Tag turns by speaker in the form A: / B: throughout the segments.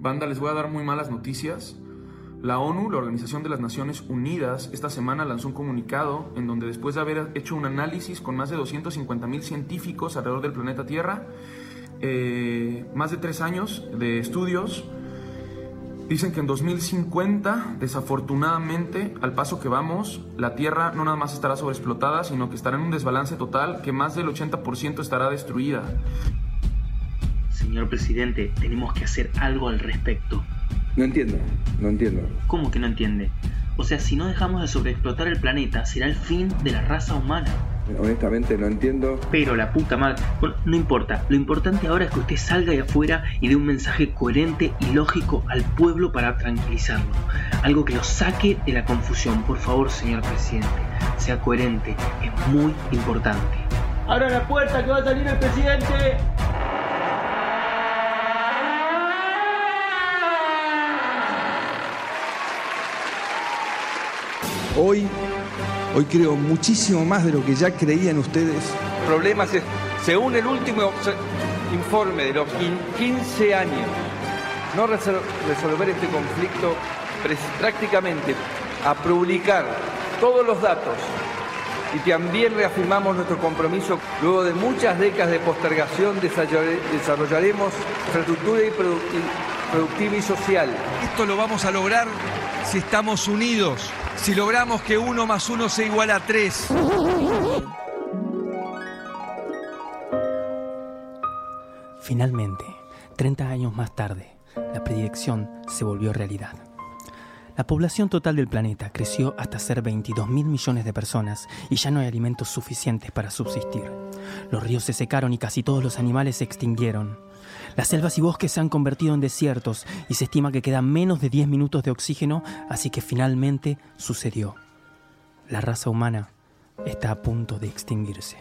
A: Banda, les voy a dar muy malas noticias. La ONU, la Organización de las Naciones Unidas, esta semana lanzó un comunicado en donde después de haber hecho un análisis con más de 250 mil científicos alrededor del planeta Tierra, eh, más de tres años de estudios, dicen que en 2050, desafortunadamente, al paso que vamos, la Tierra no nada más estará sobreexplotada, sino que estará en un desbalance total que más del 80% estará destruida.
B: Señor presidente, tenemos que hacer algo al respecto.
C: No entiendo, no entiendo.
B: ¿Cómo que no entiende? O sea, si no dejamos de sobreexplotar el planeta, será el fin de la raza humana.
C: Honestamente no entiendo.
B: Pero la puta madre. Bueno, no importa. Lo importante ahora es que usted salga de afuera y dé un mensaje coherente y lógico al pueblo para tranquilizarlo. Algo que lo saque de la confusión. Por favor, señor presidente. Sea coherente. Es muy importante.
D: ¡Abra la puerta que va a salir el presidente!
E: Hoy, hoy creo muchísimo más de lo que ya creían ustedes.
F: Problemas es, según el último informe de los 15 años, no resolver este conflicto prácticamente a publicar todos los datos y también reafirmamos nuestro compromiso. Luego de muchas décadas de postergación desarrollaremos infraestructura y productiva y social.
E: Esto lo vamos a lograr si estamos unidos, si logramos que uno más uno sea igual a tres.
G: Finalmente, 30 años más tarde, la predicción se volvió realidad. La población total del planeta creció hasta ser 22 mil millones de personas y ya no hay alimentos suficientes para subsistir. Los ríos se secaron y casi todos los animales se extinguieron. Las selvas y bosques se han convertido en desiertos y se estima que quedan menos de 10 minutos de oxígeno, así que finalmente sucedió. La raza humana está a punto de extinguirse.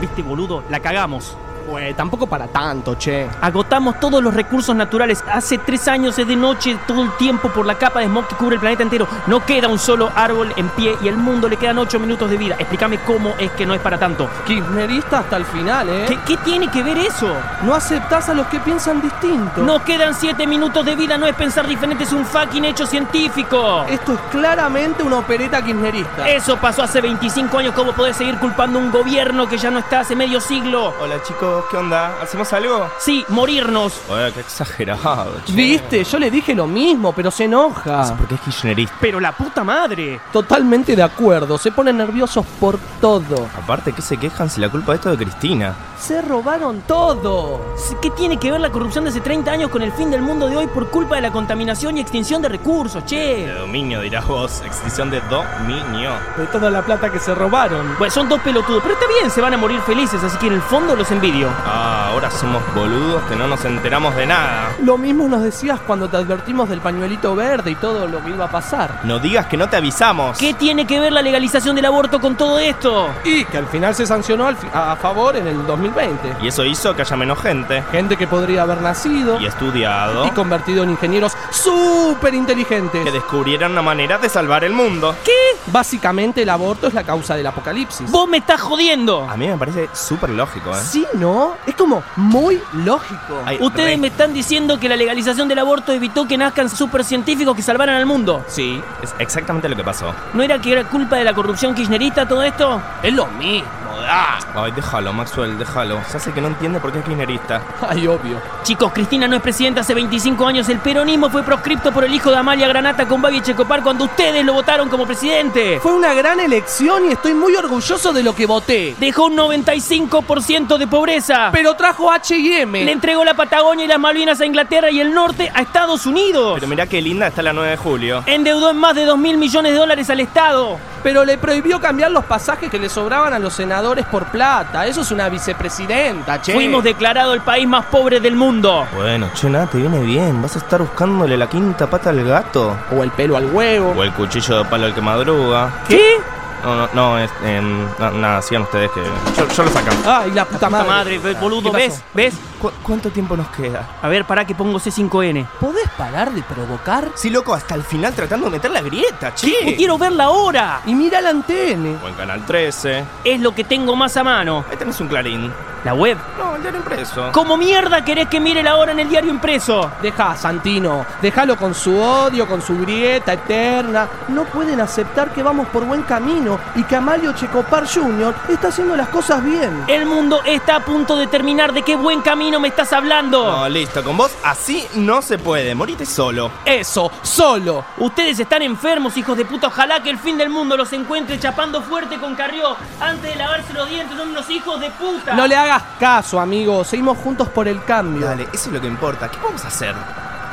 G: Viste, boludo, la cagamos.
H: Güey, Pues, tampoco para tanto, che.
G: Agotamos todos los recursos naturales. Hace tres años es de noche todo el tiempo por la capa de smog que cubre el planeta entero. No queda un solo árbol en pie y al mundo le quedan ocho minutos de vida. Explícame cómo es que no es para tanto.
H: Kirchnerista hasta el final, ¿eh?
G: ¿Qué, qué tiene que ver eso?
H: No aceptás a los que piensan distinto.
G: No quedan siete minutos de vida, no es pensar diferente, es un fucking hecho científico.
H: Esto es claramente una opereta kirchnerista.
G: Eso pasó hace 25 años. ¿Cómo podés seguir culpando a un gobierno que ya no está hace medio siglo?
I: Hola, chicos. ¿qué onda? ¿Hacemos algo?
G: Sí, morirnos.
I: Oye, qué exagerado. Che.
H: Viste, yo le dije lo mismo, pero se enoja.
I: Es porque es kirchnerista.
G: Pero la puta madre.
H: Totalmente de acuerdo, se ponen nerviosos por todo.
I: Aparte, ¿qué se quejan si la culpa de esto es de Cristina?
H: Se robaron todo.
G: ¿Qué tiene que ver la corrupción de hace 30 años con el fin del mundo de hoy por culpa de la contaminación y extinción de recursos, che?
I: De dominio, dirás vos. Extinción de dominio.
H: De toda la plata que se robaron.
G: Pues son dos pelotudos, pero está bien, se van a morir felices, así que en el fondo los envidio.
I: Ah, ahora somos boludos que no nos enteramos de nada.
H: Lo mismo nos decías cuando te advertimos del pañuelito verde y todo lo que iba a pasar.
I: No digas que no te avisamos.
G: ¿Qué tiene que ver la legalización del aborto con todo esto?
H: Y que al final se sancionó a favor en el 2020.
I: Y eso hizo que haya menos gente.
H: Gente que podría haber nacido.
I: Y estudiado.
H: Y convertido en ingenieros súper inteligentes.
I: Que descubrieran una manera de salvar el mundo.
G: ¿Qué?
H: Básicamente el aborto es la causa del apocalipsis.
G: ¡Vos me estás jodiendo!
I: A mí me parece súper lógico, ¿eh?
H: Sí, ¿no? Es como muy lógico.
G: Ay, Ustedes re... me están diciendo que la legalización del aborto evitó que nazcan supercientíficos que salvaran al mundo.
I: Sí, es exactamente lo que pasó.
G: ¿No era que era culpa de la corrupción kirchnerista todo esto?
H: Es lo mismo, da.
I: Ay, déjalo, Maxwell, déjalo. Se hace que no entiende por qué es kirchnerista.
H: Ay, obvio.
G: Chicos, Cristina no es presidenta hace 25 años. El peronismo fue proscripto por el hijo de Amalia Granata con Babi Checopar cuando ustedes lo votaron como presidente.
H: Fue una gran elección y estoy muy orgulloso de lo que voté.
G: Dejó un 95% de pobreza.
H: Pero trajo H&M.
G: Le entregó la Patagonia y las Malvinas a Inglaterra y el norte a Estados Unidos.
I: Pero mirá qué linda está la 9 de julio.
G: Endeudó en más de 2 mil millones de dólares al Estado.
H: Pero le prohibió cambiar los pasajes que le sobraban a los senadores por plata. Eso es una vicepresidenta, che.
G: Fuimos declarado el país más pobre del mundo.
I: Bueno, che, nada te viene bien. Vas a estar buscándole la quinta pata al gato.
H: O el pelo al huevo.
I: O el cuchillo de palo al que madruga.
G: ¿Qué?
I: No, no, no, es, em, na- nada, sigan ustedes que. Yo, yo lo sacamos.
H: Ay, la puta
G: Puta
H: madre.
G: madre, ve- boludo,
J: ¿Qué
G: ¿ves?
J: pasó?
G: ¿Ves?
J: ¿Cu- ¿Cuánto tiempo nos queda?
G: A ver, pará que pongo C5N.
H: ¿Podés parar de provocar?
G: Sí, loco, hasta el final tratando de meter la grieta,
H: Sí.
G: che. quiero ver la hora.
H: Y mira la antena.
I: O en Canal 13.
G: Es lo que tengo más a mano.
I: Ahí tenés un clarín.
G: La web.
I: No, el diario impreso.
G: ¿Cómo mierda querés que mire la hora en el diario impreso?
H: Deja a Santino, déjalo con su odio, con su grieta eterna. No pueden aceptar que vamos por buen camino y que Amalio Checopar Jr. está haciendo las cosas bien.
G: El mundo está a punto de terminar. ¿De qué buen camino me estás hablando?
I: No, listo, con vos así no se puede. Morite solo.
H: Eso, solo.
G: Ustedes están enfermos, hijos de puta. Ojalá que el fin del mundo los encuentre chapando fuerte con Carrió antes de lavarse los dientes. Son unos hijos de puta.
H: No le hagas caso, amigo. Seguimos juntos por el cambio.
I: eso es lo que importa. ¿Qué vamos a hacer?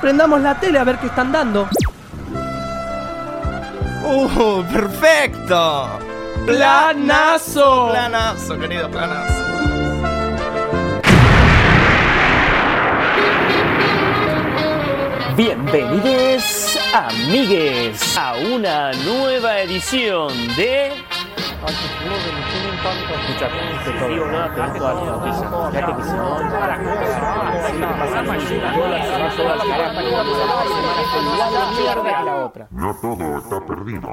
H: Prendamos la tele a ver qué están dando.
I: ¡Uh, perfecto!
H: ¡Planazo!
I: Planazo, querido, planazo.
G: Bienvenidos, amigues, a una nueva edición de.
K: No todo está perdido.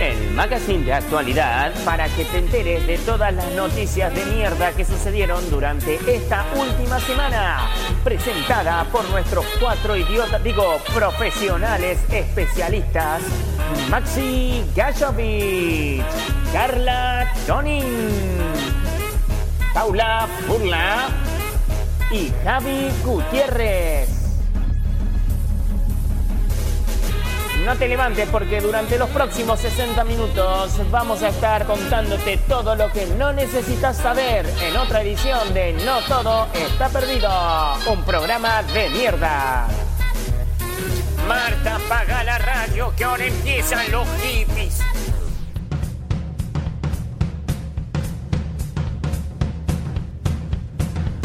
G: El magazine de actualidad para que te enteres de todas las noticias de mierda que sucedieron durante esta última semana. Presentada por nuestros cuatro idiotas, digo, profesionales especialistas. Maxi Gashovich, Carla Tonin, Paula Furla y Javi Gutiérrez. No te levantes porque durante los próximos 60 minutos vamos a estar contándote todo lo que no necesitas saber en otra edición de No Todo Está Perdido, un programa de mierda. Marta, paga la radio que ahora empiezan los hippies.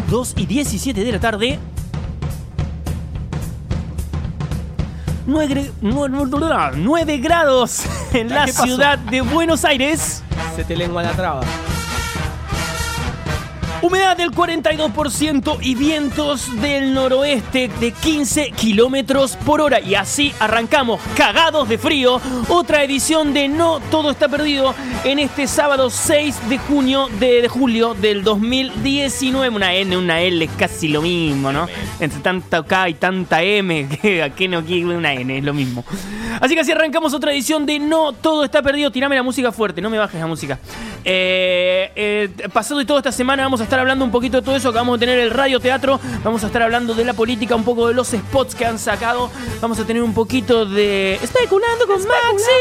G: Dos y 17 de la tarde, Nueve, nue- nue- nue- nueve grados en la
H: ¿Qué pasó?
G: ciudad de Buenos Aires.
H: Se te lengua la traba.
G: Humedad del 42% y vientos del noroeste de 15 kilómetros por hora. Y así arrancamos, cagados de frío, otra edición de No Todo Está Perdido en este sábado 6 de junio de, de julio del 2019. Una N, una L, es casi lo mismo, ¿no? Entre tanta K y tanta M, que aquí no aquí una N, es lo mismo. Así que así arrancamos otra edición de No Todo Está Perdido. Tirame la música fuerte, no me bajes la música. Eh, eh, pasado y todo esta semana vamos a estar hablando un poquito de todo eso. que vamos a tener el radioteatro, vamos a estar hablando de la política, un poco de los spots que han sacado. Vamos a tener un poquito de. Especulando con Maxi.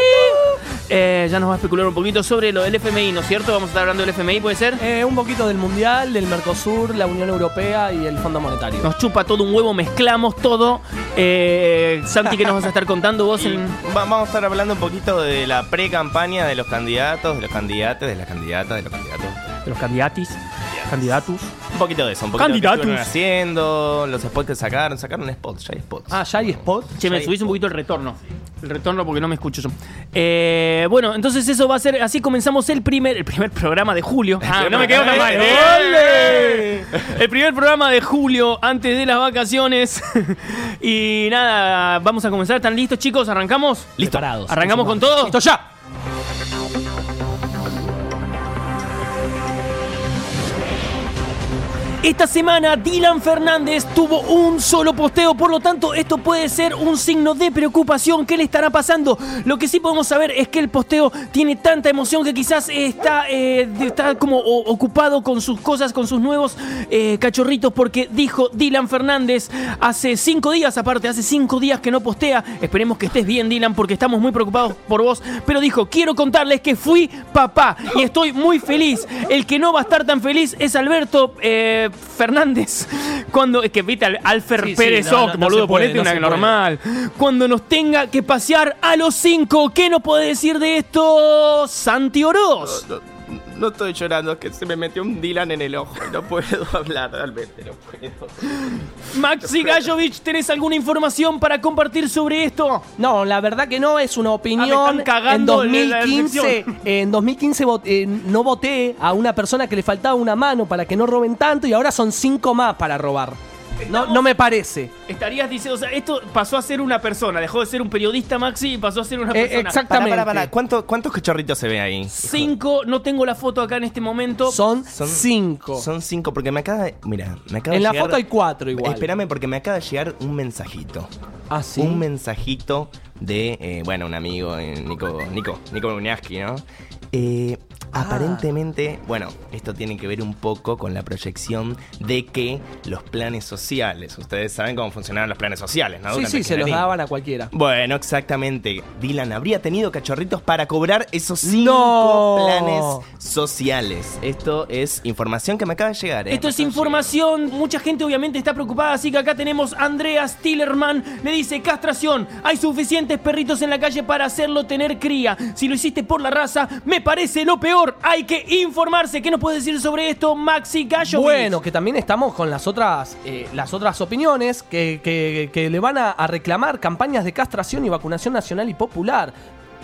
G: Eh, ya nos va a especular un poquito sobre lo del FMI, ¿no es cierto? Vamos a estar hablando del FMI, ¿puede ser?
H: Eh, un poquito del Mundial, del Mercosur, la Unión Europea y el Fondo Monetario.
G: Nos chupa todo un huevo, mezclamos todo. Eh, Santi, ¿qué nos vas a estar contando vos? en-
I: Va- vamos a estar hablando un poquito de la pre-campaña de los candidatos, de los candidates, de las candidatas, de los candidatos.
G: De los candidatis, candidatus.
I: Un poquito de eso, un poquito
G: Candidatus.
I: de lo que estuvieron haciendo, los spots que sacaron. Sacaron spots, ya hay spots.
H: Ah, ¿ya hay spot?
G: Che, me subís un poquito el retorno. El retorno porque no me escucho yo. Eh, bueno, entonces eso va a ser. Así comenzamos el primer, el primer programa de julio. Ah, no me quedo tan mal. ¡Ole! El primer programa de julio antes de las vacaciones. y nada, vamos a comenzar. ¿Están listos, chicos? ¿Arrancamos?
I: Listo.
G: ¿Arrancamos con todo?
H: ¡Listo ya!
G: Esta semana Dylan Fernández tuvo un solo posteo, por lo tanto esto puede ser un signo de preocupación. ¿Qué le estará pasando? Lo que sí podemos saber es que el posteo tiene tanta emoción que quizás está, eh, está como o- ocupado con sus cosas, con sus nuevos eh, cachorritos, porque dijo Dylan Fernández hace cinco días, aparte, hace cinco días que no postea. Esperemos que estés bien, Dylan, porque estamos muy preocupados por vos. Pero dijo, quiero contarles que fui papá y estoy muy feliz. El que no va a estar tan feliz es Alberto eh, Fernández. Cuando, es que viste, al, Alfer
H: Sí, sí,
G: Pérez
H: no,
G: Oc,
H: no, no
G: boludo,
H: se puede,
G: ponete
H: no
G: una
H: se puede.
G: normal. Cuando nos tenga que pasear a los cinco, ¿qué nos puede decir de esto, Santi Oroz?
I: No estoy llorando, es que se me metió un Dylan en el ojo. y No puedo hablar, realmente, no puedo.
G: Maxi Gallovich, ¿tenés alguna información para compartir sobre esto?
H: No, la verdad que no, es una opinión. en
G: Ah, cagando en la
H: 2015,
G: elección.
H: en 2015 vot- eh, no voté a una persona que le faltaba una mano para que no roben tanto y ahora son cinco más para robar. No, no me parece.
G: Estarías diciendo, o sea, esto pasó a ser una persona, dejó de ser un periodista Maxi y pasó a ser una
I: Eh,
G: persona.
I: Pará, pará, pará. ¿Cuánto- ¿Cuántos cachorritos se ve ahí?
G: Cinco, no tengo la foto acá en este momento.
H: Son,
I: Son-
H: cinco.
I: Son cinco, porque me acaba de. Mira, me acaba
H: En
I: de
H: la
I: llegar-
H: foto hay cuatro igual.
I: Espérame, porque me acaba de llegar un mensajito.
H: Ah, sí.
I: Un mensajito de, eh, bueno, un amigo, eh, Nico, Nico, Nico Bruniaski, ¿no? Eh,
H: Ah.
I: Aparentemente, bueno, esto tiene que ver un poco con la proyección de que los planes sociales, ustedes saben cómo funcionaban los planes sociales, ¿no?
H: sí,
I: Durante
H: sí,
I: el
H: se los
I: kirchnerismo.
H: daban a cualquiera.
I: Bueno, exactamente. Dylan habría tenido cachorritos para cobrar esos cinco
H: No.
I: planes sociales. Esto es información que me acaba de llegar. ¿eh?
G: Esto es información, mucha gente obviamente está preocupada, así que acá tenemos a Andrea Stillerman, le dice castración, hay suficientes perritos en la calle para hacerlo tener cría, si lo hiciste por la raza, me parece lo peor, hay que informarse, ¿qué nos puedes decir sobre esto Maxi Gallo?
H: Bueno, que también estamos con las otras, eh, las otras opiniones que, que- que le van a, a reclamar campañas de castración y vacunación nacional y popular.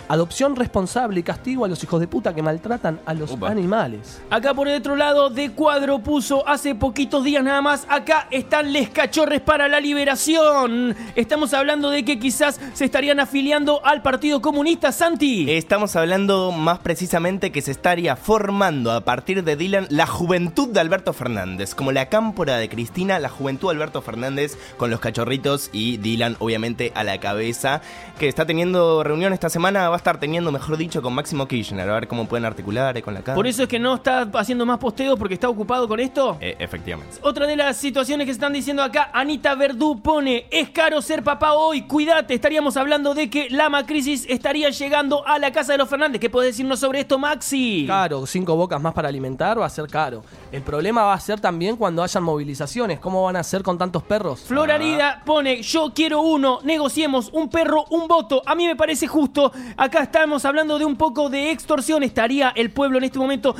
H: Adopción responsable y castigo a los hijos de puta que maltratan a los animales.
G: Acá por el otro lado de cuadro puso hace poquitos días nada más, acá están les cachorres para la liberación. Estamos hablando de que quizás se estarían afiliando al Partido Comunista, Santi.
I: Estamos hablando más precisamente que se estaría formando a partir de Dylan la juventud de Alberto Fernández, como la cámpora de Cristina, la juventud de Alberto Fernández con los cachorritos y Dylan obviamente a la cabeza, que está teniendo reunión esta semana, va a estar teniendo, mejor dicho, con Máximo Kirchner, a ver cómo pueden articular eh, con la cara.
G: Por eso es que no está haciendo más posteos porque está ocupado con esto.
I: Eh, efectivamente.
G: Otra de las situaciones que se están diciendo acá, Anita Verdú pone, es caro ser papá hoy, cuídate, estaríamos hablando de que la macrisis estaría llegando a la casa de los Fernández. ¿Qué podés decirnos sobre esto, Maxi?
H: Caro, cinco bocas más para alimentar va a ser caro. El problema va a ser también cuando hayan movilizaciones. ¿Cómo van a hacer con tantos perros?
G: Flor Arida pone, yo quiero uno, negociemos un perro, un voto. A mí me parece justo. Acá estamos hablando de un poco de extorsión. Estaría el pueblo en este momento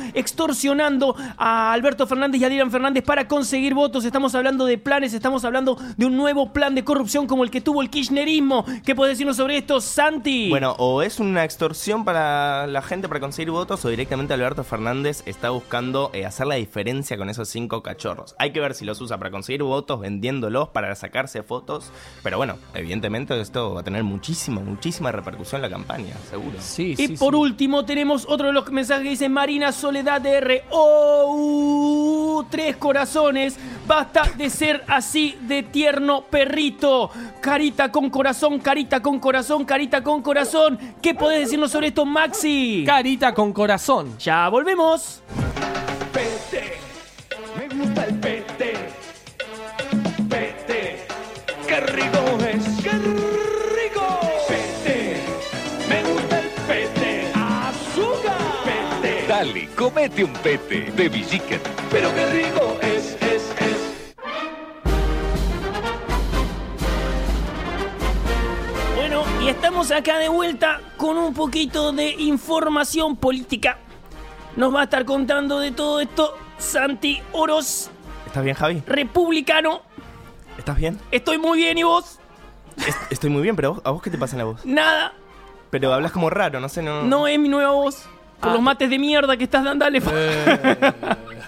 G: extorsionando a Alberto Fernández y a Dylan Fernández para conseguir votos. Estamos hablando de planes, estamos hablando de un nuevo plan de corrupción como el que tuvo el kirchnerismo. ¿Qué podés decirnos sobre esto, Santi?
I: Bueno, o es una extorsión para la gente para conseguir votos o directamente Alberto Fernández está buscando eh, hacer la diferencia con esos cinco cachorros. Hay que ver si los usa para conseguir votos, vendiéndolos, para sacarse fotos. Pero bueno, evidentemente esto va a tener muchísima, muchísima repercusión en la campaña, seguro.
H: Sí,
G: y por último tenemos otro de los mensajes que dice Marina Soledad de R. ¡Oh! Tres corazones. Basta de ser así de tierno perrito. Carita con corazón, carita con corazón, carita con corazón. ¿Qué podés decirnos sobre esto, Maxi?
H: Carita con corazón.
G: Ya volvemos.
L: Pete, me gusta el pete. Pete, qué rico es, qué rico. Pete, me gusta el pete. Azúcar. Pete,
M: Dale, comete un pete. Baby Chicken.
L: pero qué rico es, es, es.
G: Bueno, y estamos acá de vuelta con un poquito de información política. Nos va a estar contando de todo esto Santi Oros,
I: ¿Estás bien, Javi?
G: republicano.
I: ¿Estás bien?
G: Estoy muy bien, ¿y vos?
I: Es- Estoy muy bien, pero ¿a vos, a vos qué te pasa en la voz?
G: Nada.
I: Pero hablas como raro, no sé, no.
G: No es mi nueva voz. Por los mates de mierda que estás dando, dale.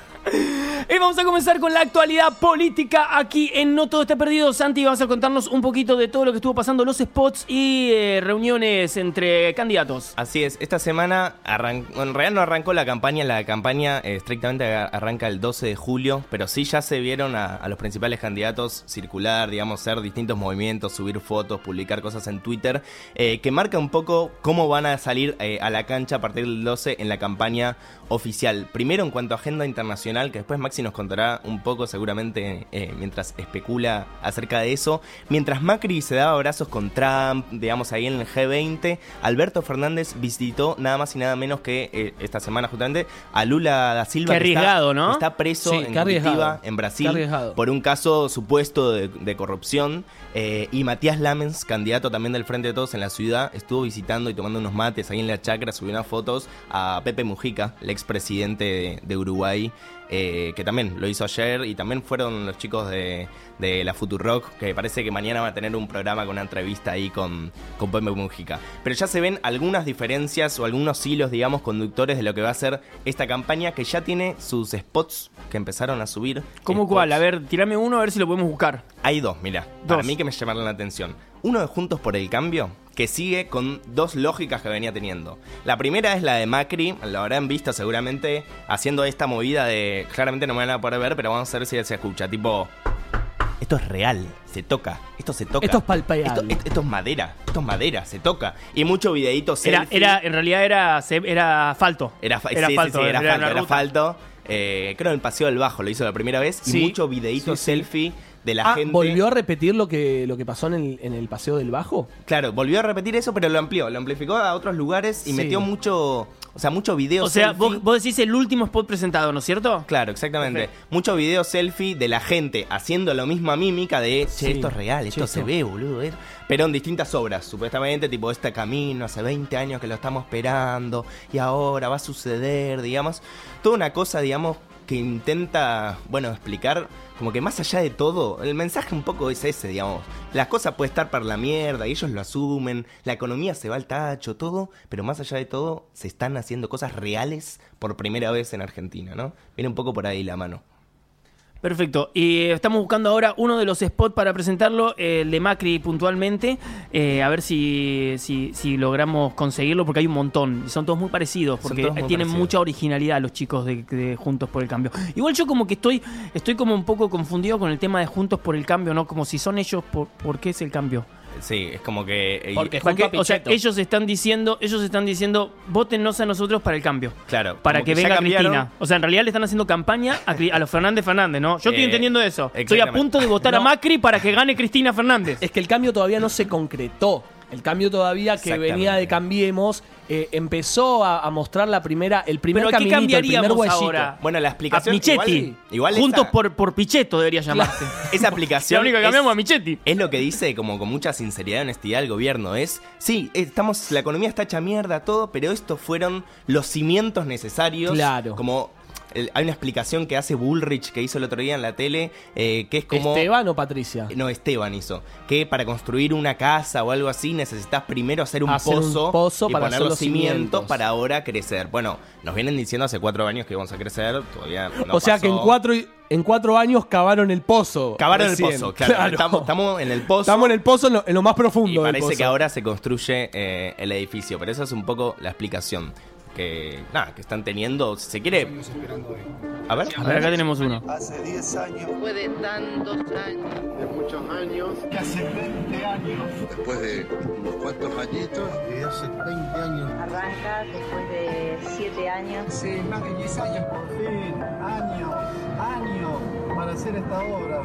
G: Y vamos a comenzar con la actualidad política aquí en No Todo Está Perdido. Santi, vas a contarnos un poquito de todo lo que estuvo pasando, los spots y eh, reuniones entre candidatos.
I: Así es, esta semana arran- en realidad no arrancó la campaña, la campaña eh, estrictamente aga- arranca el 12 de julio, pero sí ya se vieron a, a los principales candidatos circular, digamos, hacer distintos movimientos, subir fotos, publicar cosas en Twitter, eh, que marca un poco cómo van a salir eh, a la cancha a partir del 12 en la campaña oficial. Primero en cuanto a agenda internacional, que después Maxi Maxi nos contará un poco seguramente eh, mientras especula acerca de eso. Mientras Macri se daba abrazos con Trump, digamos ahí en el G20, Alberto Fernández visitó nada más y nada menos que eh, esta semana justamente a Lula da Silva.
G: Qué
I: que está-
G: arriesgado, ¿no?
I: que Está preso
G: Sí,
I: en
G: qué arriesgado.
I: Curitiba, en Brasil,
G: Qué arriesgado.
I: por un caso supuesto de, de corrupción. eh, y Matías Lamens, candidato también del Frente de Todos en la ciudad, estuvo visitando y tomando unos mates ahí en la chacra, subió unas fotos a Pepe Mujica, el expresidente de, de Uruguay, eh, que también lo hizo ayer. Y también fueron los chicos de, de la Futurock, que parece que mañana va a tener un programa con una entrevista ahí con, con Pepe Mujica. Pero ya se ven algunas diferencias o algunos hilos, digamos, conductores de lo que va a ser esta campaña, que ya tiene sus spots que empezaron a subir.
G: ¿Cómo cuál? A ver, tirame uno a ver si lo podemos buscar.
I: Hay dos, mira, para
G: Dos.
I: mí que me llamaron la atención. Uno de Juntos por el Cambio, que sigue con dos lógicas que venía teniendo. La primera es la de Macri, lo habrán visto seguramente, haciendo esta movida de claramente no me van a poder ver, pero vamos a ver si se escucha, tipo esto es real, se toca, esto se toca.
G: Esto es
I: Esto, esto- esto es madera, esto es madera, se toca. Y mucho videíto
G: Era,
I: selfie.
G: era, en realidad era, se- era asfalto.
I: Era, fa-
G: Era
I: sí, sí,
G: asfalto,
I: sí,
G: era
I: era asfalto,
G: una
I: era
G: ruta.
I: asfalto. Eh, creo en el Paseo del Bajo lo hizo la primera vez.
H: Sí.
I: Y mucho videíto selfie de la
H: Ah,
I: gente.
H: ¿Volvió a repetir lo que, lo que pasó en el, en el Paseo del Bajo?
I: Claro, volvió a repetir eso, pero lo amplió. Lo amplificó a otros lugares y
G: Sí.
I: metió mucho. O sea, mucho video
G: O sea,
I: selfie.
G: vos, vos decís el último spot presentado, ¿no es cierto?
I: Claro, exactamente. Mucho video selfie de la gente haciendo la misma mímica de, che,
G: Sí.
I: esto es real, esto
G: Che,
I: se
G: esto-
I: ve, boludo. eh". Pero en distintas obras, supuestamente, tipo, este camino hace 20 años que lo estamos esperando y ahora va a suceder, digamos. Toda una cosa, digamos, que intenta, bueno, explicar como que más allá de todo, el mensaje un poco es ese, digamos. Las cosas pueden estar para la mierda, y ellos lo asumen, la economía se va al tacho, todo, pero más allá de todo, se están haciendo cosas reales por primera vez en Argentina, ¿no? Viene un poco por ahí la mano.
G: Perfecto. Y eh, estamos buscando ahora uno de los spots para presentarlo, eh, el de Macri puntualmente, eh, a ver si, si, si logramos conseguirlo, porque hay un montón. Y son todos muy parecidos,
I: Son
G: porque
I: todos muy
G: tienen
I: parecidos.
G: mucha originalidad los chicos de, de Juntos por el Cambio. Igual yo como que estoy, estoy como un poco confundido con el tema de Juntos por el Cambio, ¿no? Como si son ellos, ¿por, por qué es el cambio?
I: Sí, es como que... eh,
G: ¿Para qué? o sea, ellos están diciendo, ellos están diciendo, votennos a nosotros para el cambio.
I: Claro.
G: Para
I: como
G: que
I: ya
G: venga
I: cambiaron.
G: Cristina. O sea, en realidad le están haciendo campaña a, Cri- a los Fernández Fernández, ¿no? Yo estoy
I: Eh,
G: entendiendo eso. Estoy a
I: exactamente.
G: punto de votar a
H: No.
G: Macri para que gane Cristina Fernández.
H: Es que el cambio todavía no se concretó. El cambio todavía que
G: Exactamente.
H: venía de Cambiemos eh, empezó a, a mostrar la primera, el primer
G: Pero ¿a qué
H: caminito, el
G: cambiaríamos
H: primer huellito.
G: ahora?
I: Bueno, la
G: A
I: explicación...
G: Michetti.
I: igual- igual
G: Juntos
I: esa-
G: por, por Pichetto debería llamarse.
I: Esa aplicación.
G: La única que
I: es- eh,
G: cambiamos a Michetti.
I: Es lo que dice, como con mucha sinceridad y honestidad, el gobierno. Es, sí, estamos, la economía está hecha mierda, todo, pero estos fueron los cimientos necesarios.
H: Claro.
I: Como. el- hay una explicación que hace Bullrich, que hizo el otro día en la tele, eh, que es como.
H: ¿Esteban o Patricia?
I: No, Esteban hizo. Que para construir una casa o algo así necesitas primero hacer un
H: Hacer un
I: pozo,
H: pozo
I: y
H: para
I: poner
H: hacer
I: los
H: los
I: cimientos,
H: cimientos.
I: para ahora crecer. Bueno, nos vienen diciendo hace cuatro años que vamos a crecer, todavía no
H: o sea que en
I: pasó.
H: cuatro, y- en cuatro años cavaron el pozo.
I: Cavaron
H: recién.
I: el pozo, claro. Estamos, estamos en el pozo.
H: Estamos en el pozo en lo, en lo más profundo.
I: y
H: del
I: parece
H: pozo.
I: que ahora se construye eh, el edificio. Pero esa es un poco la explicación que, nada, que están teniendo. Si se quiere. A ver,
G: A ver, acá tenemos uno.
N: Hace 10 años. Después de tantos años. De muchos años. Que hace 20 años. Después de unos cuantos añitos. De hace 20 años.
O: Arranca después de siete años.
N: Sí, más de 10 años por fin. Años, años para hacer esta obra.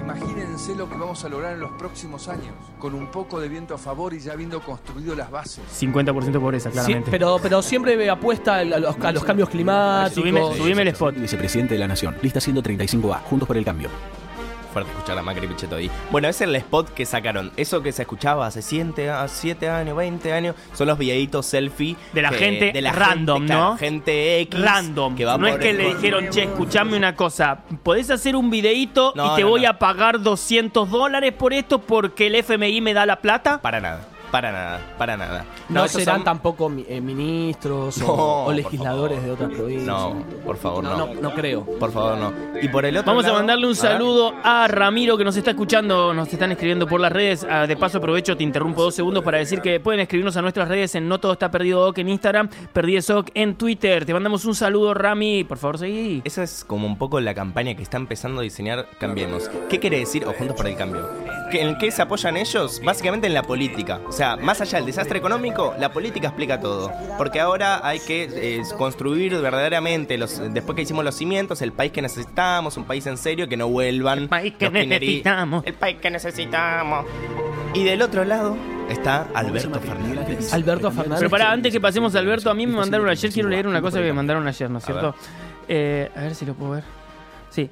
P: Imagínense lo que vamos a lograr en los próximos años, con un poco de viento a favor y ya habiendo construido las bases.
G: 50% pobreza,
H: Sí,
G: claramente. Ah,
H: pero, pero siempre apuesta a los, a los cambios climáticos.
G: Subime- subime el spot.
Q: Vicepresidente de la Nación, lista 135A, juntos por el cambio.
I: fuerte escuchar a Macri y Pichetto ahí. Bueno, ese es el spot que sacaron. Eso que se escuchaba hace 7 años, 20 años, son los videitos selfie.
G: De la
I: que-
G: gente
I: de la
G: random,
I: gente, claro,
G: ¿no?
I: gente X.
G: Random.
I: que va
G: no es
I: por-
G: que le
I: por-
G: dijeron, che, escuchame una cosa. Podés hacer un videíto
I: No,
G: y te
I: no,
G: voy
I: no.
G: a pagar 200 dólares por esto porque el FMI me da la plata.
I: Para nada, para nada, para nada.
H: No,
I: esos
H: serán
I: son-
H: tampoco mi- eh, ministros o-
I: No,
H: o,
I: por
H: legisladores de otras provincias.
I: No, por favor, no.
H: No, no, no creo.
I: Por favor, no. Y por el otro
G: Vamos a
I: lado-
G: mandarle un
I: ver.
G: saludo a Ramiro que nos está escuchando, nos están escribiendo por las redes. Ah, De paso aprovecho, te interrumpo dos segundos para decir que pueden escribirnos a nuestras redes en No Todo Está Perdido Doc en Instagram, Perdido Doc en Twitter. Te mandamos un saludo, Rami. Por favor, seguí.
I: Esa es como un poco la campaña que está empezando a diseñar Cambiemos. ¿Qué quiere decir o Juntos por el Cambio? que- en qué se apoyan ellos? Básicamente en la política. O sea, más allá del desastre económico, la política explica todo. Porque ahora hay que eh, construir verdaderamente, los, después que hicimos los cimientos, el país que necesitamos, un país en serio, que no vuelvan. El país
G: que necesitamos.
I: El país que necesitamos. Y del otro lado está Alberto Fernández.
H: Alberto Fernández.
G: Pero para, antes que pasemos a Alberto, a mí me mandaron ayer, quiero leer una cosa que me mandaron ayer, ¿no es
I: A ver.
G: cierto? Eh, a ver si lo puedo ver. Sí.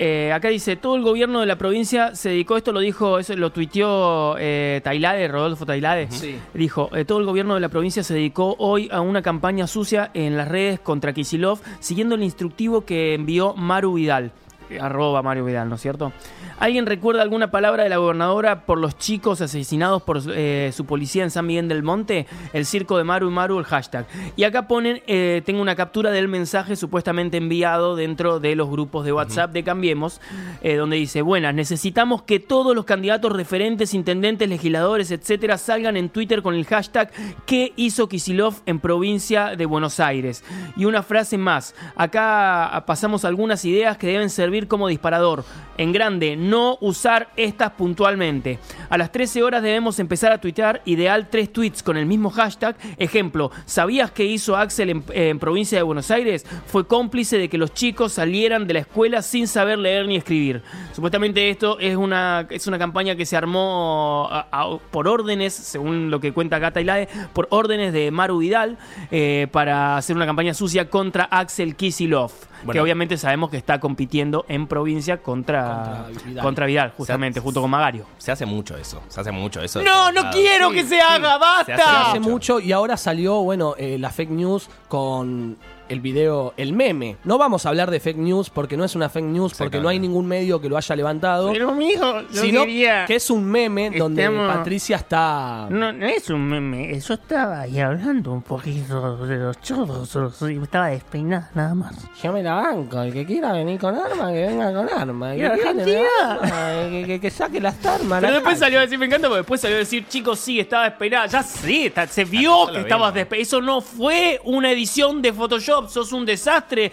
G: Eh, acá dice, todo el gobierno de la provincia se dedicó, esto lo dijo, eso lo tuiteó eh, Tailade, Rodolfo Tailade.
H: Sí.
G: Dijo, eh, todo el gobierno de la provincia se dedicó hoy a una campaña sucia en las redes contra Kisilov, siguiendo el instructivo que envió Maru Vidal. Eh, Arroba Maru Vidal, ¿no es cierto? ¿Alguien recuerda alguna palabra de la gobernadora por los chicos asesinados por eh, su policía en San Miguel del Monte? El circo de Maru y Maru, el hashtag. Y acá ponen, eh, tengo una captura del mensaje supuestamente enviado dentro de los grupos de WhatsApp de Cambiemos, eh, donde dice, buenas, necesitamos que todos los candidatos referentes, intendentes, legisladores, etcétera, salgan en Twitter con el hashtag ¿Qué hizo Kisilov en provincia de Buenos Aires? Y una frase más. Acá pasamos algunas ideas que deben servir como disparador. En grande, no usar estas puntualmente. A las 13 horas debemos empezar a tuitear ideal tres tweets con el mismo hashtag. Ejemplo, ¿sabías que hizo Axel en, en provincia de Buenos Aires? Fue cómplice de que los chicos salieran de la escuela sin saber leer ni escribir. Supuestamente esto es una, es una campaña que se armó a- a- por órdenes, según lo que cuenta Gata Ilae, por órdenes de Maru Vidal eh, para hacer una campaña sucia contra Axel Kisilov. que
I: Bueno.
G: obviamente sabemos que está compitiendo en provincia contra, contra Vidal, justamente, junto con Magario.
I: Se hace mucho eso. Se hace mucho eso. de
G: No,
I: todos
G: no
I: lados.
G: quiero que se haga,
H: Se
G: basta.
H: hace, mucho y ahora salió, bueno, eh, la fake news con el video, el meme. No vamos a hablar de fake news porque no es una fake news, porque no hay ningún medio que lo haya levantado.
G: Pero, mijo, yo
H: sino
G: quería-
H: que es un meme donde
G: Estamos-
H: Patricia está...
G: No, no es un meme, yo estaba ahí hablando un poquito de los chorros, estaba despeinada nada más.
H: Yo me la banco, el que quiera venir con arma, que venga con arma.
G: que quiera, me
H: que, saque las armas.
G: Pero después salió a decir, me encanta, porque después salió a decir, chicos, sí, estaba despeinada. Ya sí, está-
I: Ah,
G: se vio que estabas despeinada. Eso no fue una edición de Photoshop, sos un desastre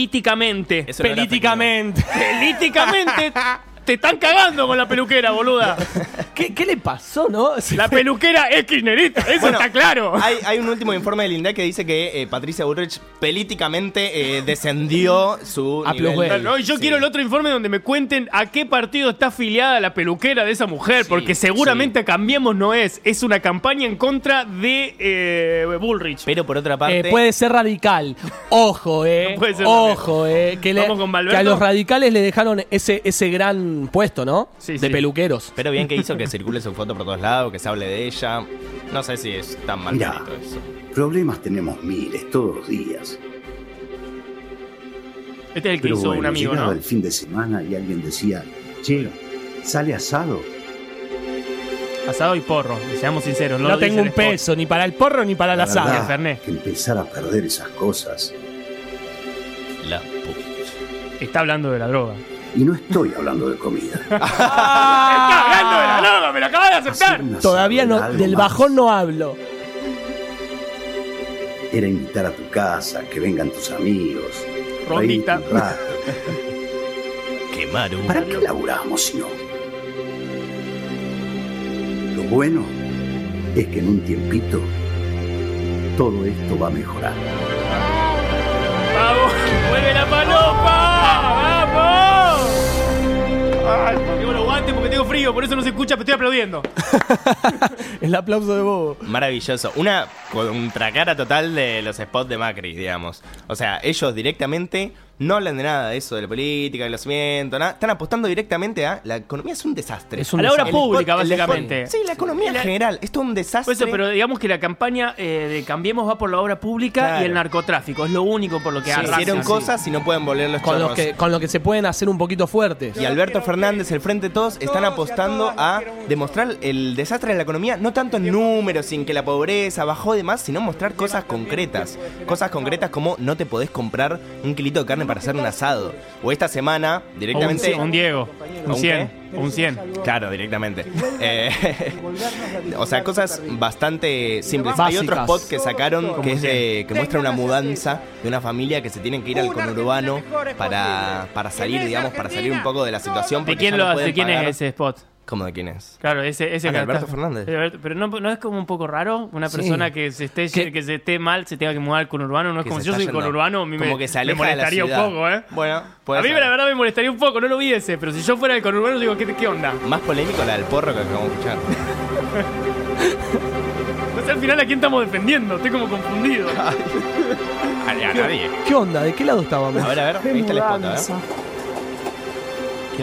G: políticamente.
I: no era
G: políticamente. políticamente. Te están cagando con la peluquera, boluda.
H: ¿Qué, qué le pasó, no?
G: La peluquera es kirchnerista, eso
I: Bueno,
G: está claro.
I: Hay, hay un último informe del INDEC que dice que eh, Patricia Bullrich políticamente eh, descendió su
G: Bueno,
I: nivel.
G: no, y yo quiero el otro informe donde me cuenten a qué partido está afiliada la peluquera de esa mujer, porque seguramente Cambiemos no es. Es una campaña en contra de eh, Bullrich.
I: Pero por otra
H: Eh, puede ser radical. Ojo, eh.
G: Puede ser
H: Ojo, eh. Que, le-
G: Vamos con Valverde.
H: que a los radicales le dejaron ese, ese gran puesto, ¿no? de
I: sí.
H: peluqueros.
I: Pero bien que hizo que circule su foto por todos lados, que se hable de ella. No sé si es tan mal
E: Mirá.
I: planito eso.
E: Problemas tenemos miles todos los días.
G: Este es el que
E: Pero
G: hizo
E: bueno,
G: un amigo,
E: llegaba
G: ¿no?
E: el fin de semana y alguien decía, che, ¿sale asado?
G: Asado y porro, seamos sinceros.
H: No,
G: lo dice
H: tengo
G: el
H: un
G: spot.
H: peso, ni para el porro ni para la
E: La
H: asado.
E: verdad, que empezar a perder esas cosas.
I: La
G: Está hablando de la droga.
E: Y no estoy hablando de comida.
G: ¡Está
H: Ah.
G: hablando de la droga! ¡Me lo acabas de aceptar!
H: Todavía no,
E: algo
H: del
E: más.
H: bajón no hablo.
E: Era invitar a tu casa, que vengan tus amigos.
G: Rondita.
E: reírte un rato.
I: Quemar un...
E: ¿Para qué laburamos si no? Lo bueno es que en un tiempito todo esto va a mejorar.
G: ¡Vamos! ¡Vuelve la palopa! ¡Vamos! Ay, Llevo los guantes porque tengo frío, por eso no se escucha, pero estoy aplaudiendo.
H: El aplauso de Bobo.
I: Maravilloso. Una contracara total de los spots de Macri, digamos. O sea, ellos directamente no hablan de nada de eso, de la política, de los cimientos, nada. Están apostando directamente a la economía es un desastre.
H: Es un A la obra
I: El spot-
G: pública,
I: el spot-
G: básicamente.
I: Sí, la economía en
G: La-
I: general. Esto es un
G: Por
I: desastre.
G: eso, pero digamos que la campaña eh, de Cambiemos va por la obra pública
I: Claro.
G: y el narcotráfico. Es lo único por lo que
I: Sí,
G: arrasan.
I: hicieron cosas y no pueden volver los
H: Con, los
I: chorros.
H: que, con lo que se pueden hacer un poquito fuertes.
I: Y Alberto Fernández, el Frente de Todos, están apostando a demostrar el desastre de la economía, no tanto en números, sin que la pobreza bajó y demás, sino mostrar cosas concretas. Cosas concretas como no te podés comprar un kilito de carne para hacer un asado. O esta semana, directamente...
G: O un, un Diego,
I: ¿A
G: un
I: un
G: 100,
I: qué?
G: un 100.
I: Claro, directamente. Eh, o sea, cosas bastante simples. Hay otro
H: Básicas.
I: spot que sacaron que, es de- que muestra una mudanza de una familia que se tienen que ir al conurbano para, para salir, digamos, para salir un poco de la situación.
G: ¿De
I: porque
G: quién,
I: ya no
G: lo,
I: pueden
G: de quién
I: pagar.
G: es ese spot?
I: ¿Cómo de quién es?
G: Claro, ese, ese
I: Ah, de
G: que
I: Alberto
G: está-
I: Fernández.
G: de Alberto- pero no, no es como un poco raro una
I: Sí.
G: persona que se esté que se esté mal se tenga que mudar al conurbano, no es
I: Que
G: como
I: se
G: si yo
I: está
G: soy
I: yendo.
G: conurbano, a mí
I: Como
G: me,
I: que se
G: me
I: aleja de la
G: molestaría un
I: ciudad.
G: poco, ¿eh?
I: Bueno, puede
G: a mí
I: ser.
G: la verdad me molestaría un poco, no lo vi ese, pero si yo fuera del conurbano digo, ¿qué, qué onda?
I: Más polémico la del porro que acabamos de escuchar.
G: No sé al final a quién estamos defendiendo, estoy como confundido.
I: A, a nadie.
H: ¿Qué onda? ¿De qué lado estábamos?
I: A ver, a ver, ahí está el spot, a ver.
E: ¿eh?
I: Qué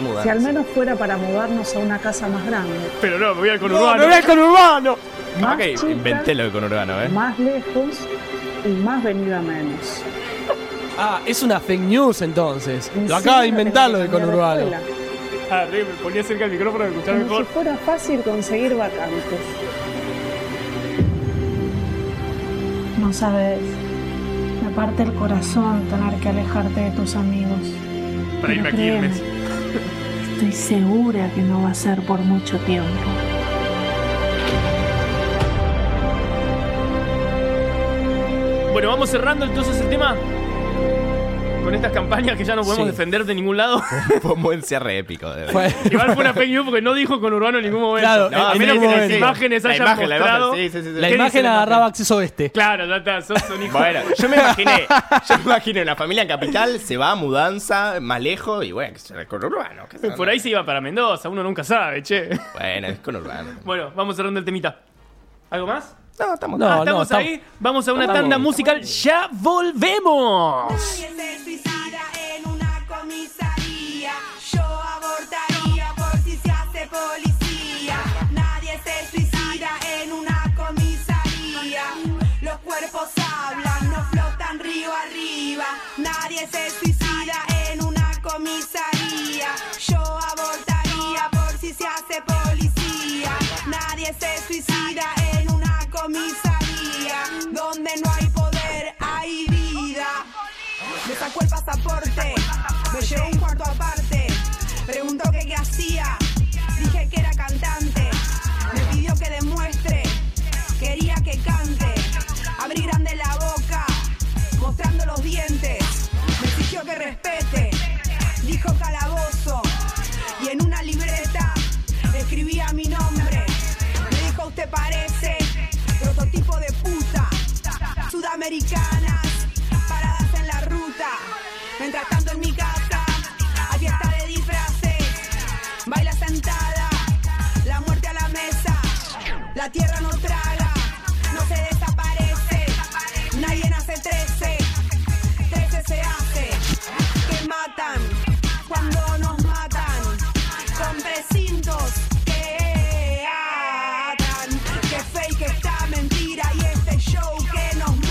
R: Si al
I: mudanza.
R: menos fuera para mudarnos a una casa más grande,
G: Pero no, me voy al conurbano. Ah,
R: No, me voy al
G: conurbano!
R: más
I: Ok,
R: chica,
I: inventé lo de conurbano, ¿eh?
R: más lejos y más venida menos.
H: Ah, es una fake news entonces. Lo
R: sí,
H: acaba de
R: no
H: inventar lo
R: tengo
H: de
R: que cambiar de
H: Conurbano.
G: Ah, me ponía cerca el micrófono para escuchar
R: Como si
G: mejor.
R: fuera fácil conseguir vacantes. No sabes, me parte el corazón tener que alejarte de tus amigos.
G: Para irme
R: Pero
G: aquí un
R: créeme,
G: mes.
R: Estoy segura que no va a ser por mucho tiempo.
G: Bueno, vamos cerrando entonces el tema con estas campañas que ya no podemos
I: Sí.
G: defender de ningún lado.
I: Fue un buen cierre épico, de verdad.
G: Igual fue una fake news porque no dijo conurbano en ningún momento.
I: Claro,
G: No, a
I: en
G: menos
I: ningún
G: que las
I: momento.
G: imágenes
I: La
G: hayan
I: imagen, la imagen,
G: mostrado.
I: sí, sí, sí, sí.
H: La
G: ¿Qué dice
H: imagen agarraba acceso oeste.
G: Claro, ya está, sos un hijo.
I: Bueno, yo me imaginé, yo me imaginé una familia en capital, se va a mudanza, más lejos, y bueno, que será el conurbano. que será-
G: Por ahí se iba para Mendoza, uno nunca sabe, che.
I: Bueno, es conurbano.
G: Bueno, vamos cerrando el temita. ¿Algo más?
I: No, estamos,
G: Ah, estamos ahí. Vamos a una
I: Estamos.
G: tanda musical. ¡Ya volvemos!
S: Nadie se suicida en una comisaría. Yo abortaría por si se hace policía. Nadie se suicida en una comisaría. Los cuerpos hablan, no flotan río arriba. Nadie se suicida en una comisaría. Yo abortaría por si se hace policía. Nadie se suicida en una comisaría. Donde no hay poder, hay vida. Me sacó el pasaporte, me llevó un cuarto aparte. Preguntó que qué hacía, dije que era cantante. Me pidió que demuestre, quería que cante. Abrí grande la boca, mostrando los dientes. Me exigió que respete, dijo calabozo. Y en una libreta escribía mi nombre. Me dijo, usted parece prototipo de puta. Sudamericanas, paradas en la ruta. Mientras tanto en mi casa, hay fiesta de disfraces. Baila sentada, la muerte a la mesa. La tierra no traga, no se desaparece. Nadie nace 13, 13 se hace. Que matan cuando nos matan. Con precintos que atan. Que fake está mentira y este show que nos montan.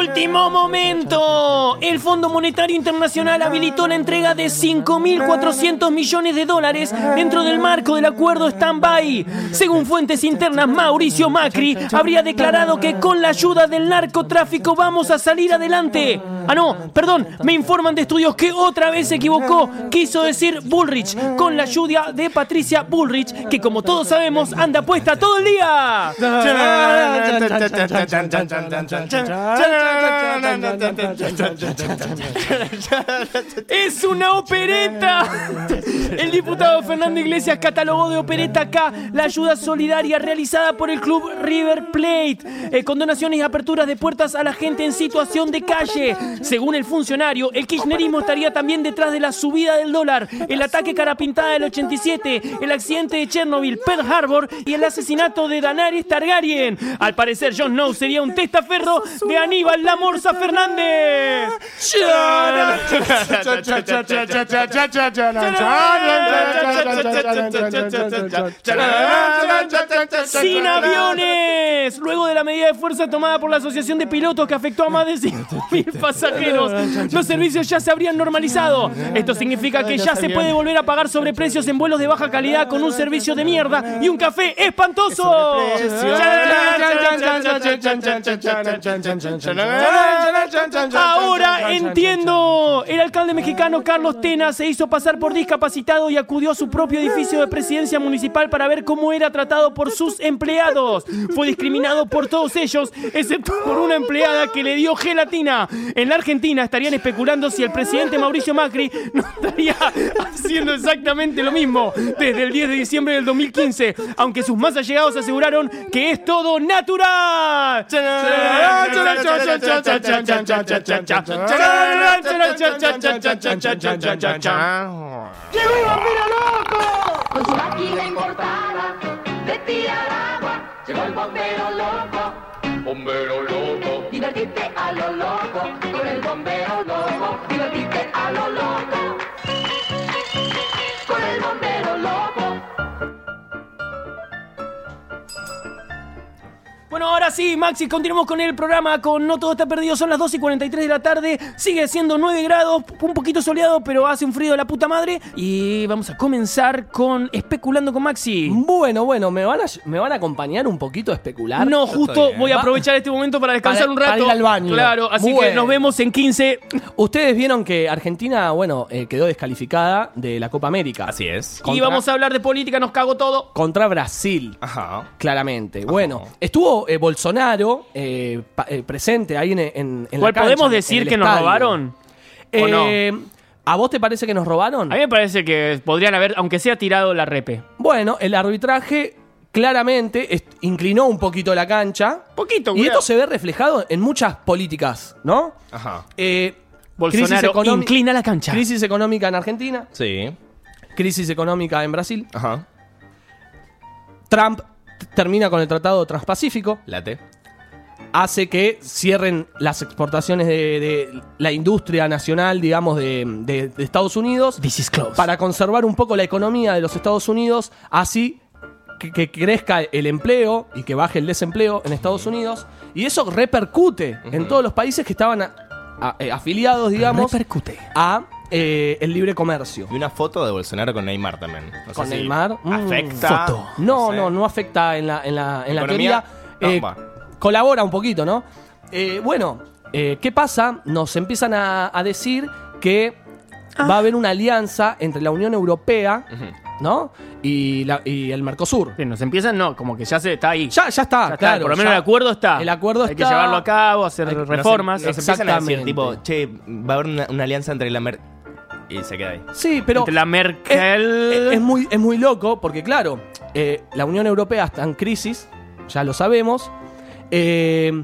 G: Último momento. El Fondo Monetario Internacional habilitó la entrega de 5.400 millones de dólares dentro del marco del acuerdo stand-by. Según fuentes internas, Mauricio Macri habría declarado que con la ayuda del narcotráfico vamos a salir adelante. Ah, no, perdón, me informan de estudios que otra vez se equivocó. Quiso decir Bullrich, con la ayuda de Patricia Bullrich, que como todos sabemos anda puesta todo el día. ¡Es una opereta! El diputado Fernando Iglesias catalogó de opereta acá la ayuda solidaria realizada por el club River Plate, eh, con donaciones y aperturas de puertas a la gente en situación de calle. Según el funcionario, el kirchnerismo estaría también detrás de la subida del dólar, el ataque carapintada del 87, el accidente de Chernobyl, Pearl Harbor y el asesinato de Danares Targaryen. Al parecer, John Snow sería un testaferro de Aníbal Lamorza Fernández. ¡Sin aviones! Luego de la medida de fuerza tomada por la Asociación de Pilotos que afectó a más de 5.000 pasajeros, los servicios ya se habrían normalizado. Esto significa que ya se puede volver a pagar sobreprecios en vuelos de baja calidad con un servicio de mierda y un café espantoso. Ahora entiendo El alcalde mexicano Carlos Tena se hizo pasar por discapacitado y acudió a su propio edificio de presidencia municipal para ver cómo era tratado por sus empleados. Fue discriminado por todos ellos, excepto por una empleada que le dio gelatina. En la Argentina estarían especulando si el presidente Mauricio Macri no estaría haciendo exactamente lo mismo desde el 10 de diciembre del 2015, aunque sus más allegados aseguraron que es todo natural.
L: ¡Que viva Mira Loco! Con su máquina importada de tirar agua, llegó el bombero loco. Bombero loco. Divertite a lo loco, con el bombero loco. Divertite a lo loco. Con el bombero loco.
G: Bueno, ahora sí, Maxi, continuamos con el programa con No Todo Está Perdido. Son las 2 y 43 de la tarde. Sigue siendo 9 grados, un poquito soleado, pero hace un frío de la puta madre. Y vamos a comenzar con Especulando con Maxi.
H: Bueno, bueno, ¿me van a, me van a acompañar un poquito a especular?
G: No, justo voy a aprovechar este momento para descansar
H: Para-
G: un rato.
H: para ir al baño.
G: Claro, así
H: Bueno.
G: que nos vemos en 15.
H: Ustedes vieron que Argentina, bueno, eh, quedó descalificada de la Copa América. Así
I: es.
G: y vamos a hablar de política, nos cago todo.
H: Contra Brasil.
I: Ajá.
H: Claramente. Bueno, estuvo eh, Bolsonaro eh, pa- eh, presente ahí en, en, en la
G: Igual,
H: cancha,
G: ¿podemos
H: en
G: decir
H: el
G: que nos
H: estadio.
G: robaron? ¿O no?
H: Eh, ¿A vos te parece que nos robaron?
G: A mí me parece que podrían haber, aunque sea tirado la repe.
H: Bueno, el arbitraje claramente est- inclinó un poquito la cancha.
G: Poquito,
H: Y
G: cuidado.
H: esto se ve reflejado en muchas políticas, ¿no?
I: Ajá.
H: Eh,
G: Bolsonaro
H: crisis economi-
G: inclina la cancha.
H: Crisis económica en Argentina,
I: Sí.
H: crisis económica en Brasil.
I: Ajá.
H: Trump t- termina con el Tratado Transpacífico,
I: Late.
H: hace que cierren las exportaciones de, de la industria nacional, digamos, de, de- de Estados Unidos,
G: This is close.
H: para conservar un poco la economía de los Estados Unidos, así que, que crezca el empleo y que baje el desempleo en Estados Unidos. Y eso repercute en todos los países que estaban a- a- eh, afiliados, digamos,
G: Repercute.
H: a eh, el libre comercio.
I: Y una foto de Bolsonaro con Neymar también. No sé
H: Con
I: si
H: Neymar. mm,
I: Afecta.
H: foto. No,
I: sé.
H: no, no afecta en la, en la, en la
I: Economía,
H: teoría.
I: no,
H: Eh,
I: va.
H: colabora un poquito, ¿no? Eh, bueno, eh, ¿qué pasa? Nos empiezan a, a decir que va a haber una alianza entre la Unión Europea, ¿no? Y, la- y el Mercosur.
G: Sí, nos empiezan, no, como que ya se está ahí.
H: Ya, ya está,
G: Ya está,
H: claro.
G: por lo menos
H: ya.
G: el acuerdo está.
H: El acuerdo
G: Hay
H: está.
G: que llevarlo a cabo, hacer
H: Hay que-
G: reformas.
I: Nos empiezan a decir,
H: Exactamente.
I: tipo, che, va a haber una, una alianza entre la mer... Y se queda ahí.
H: Sí, pero.
G: Entre la Merkel.
H: Eh, Es, es muy, es muy loco porque, claro, eh, la Unión Europea está en crisis, ya lo sabemos. Eh,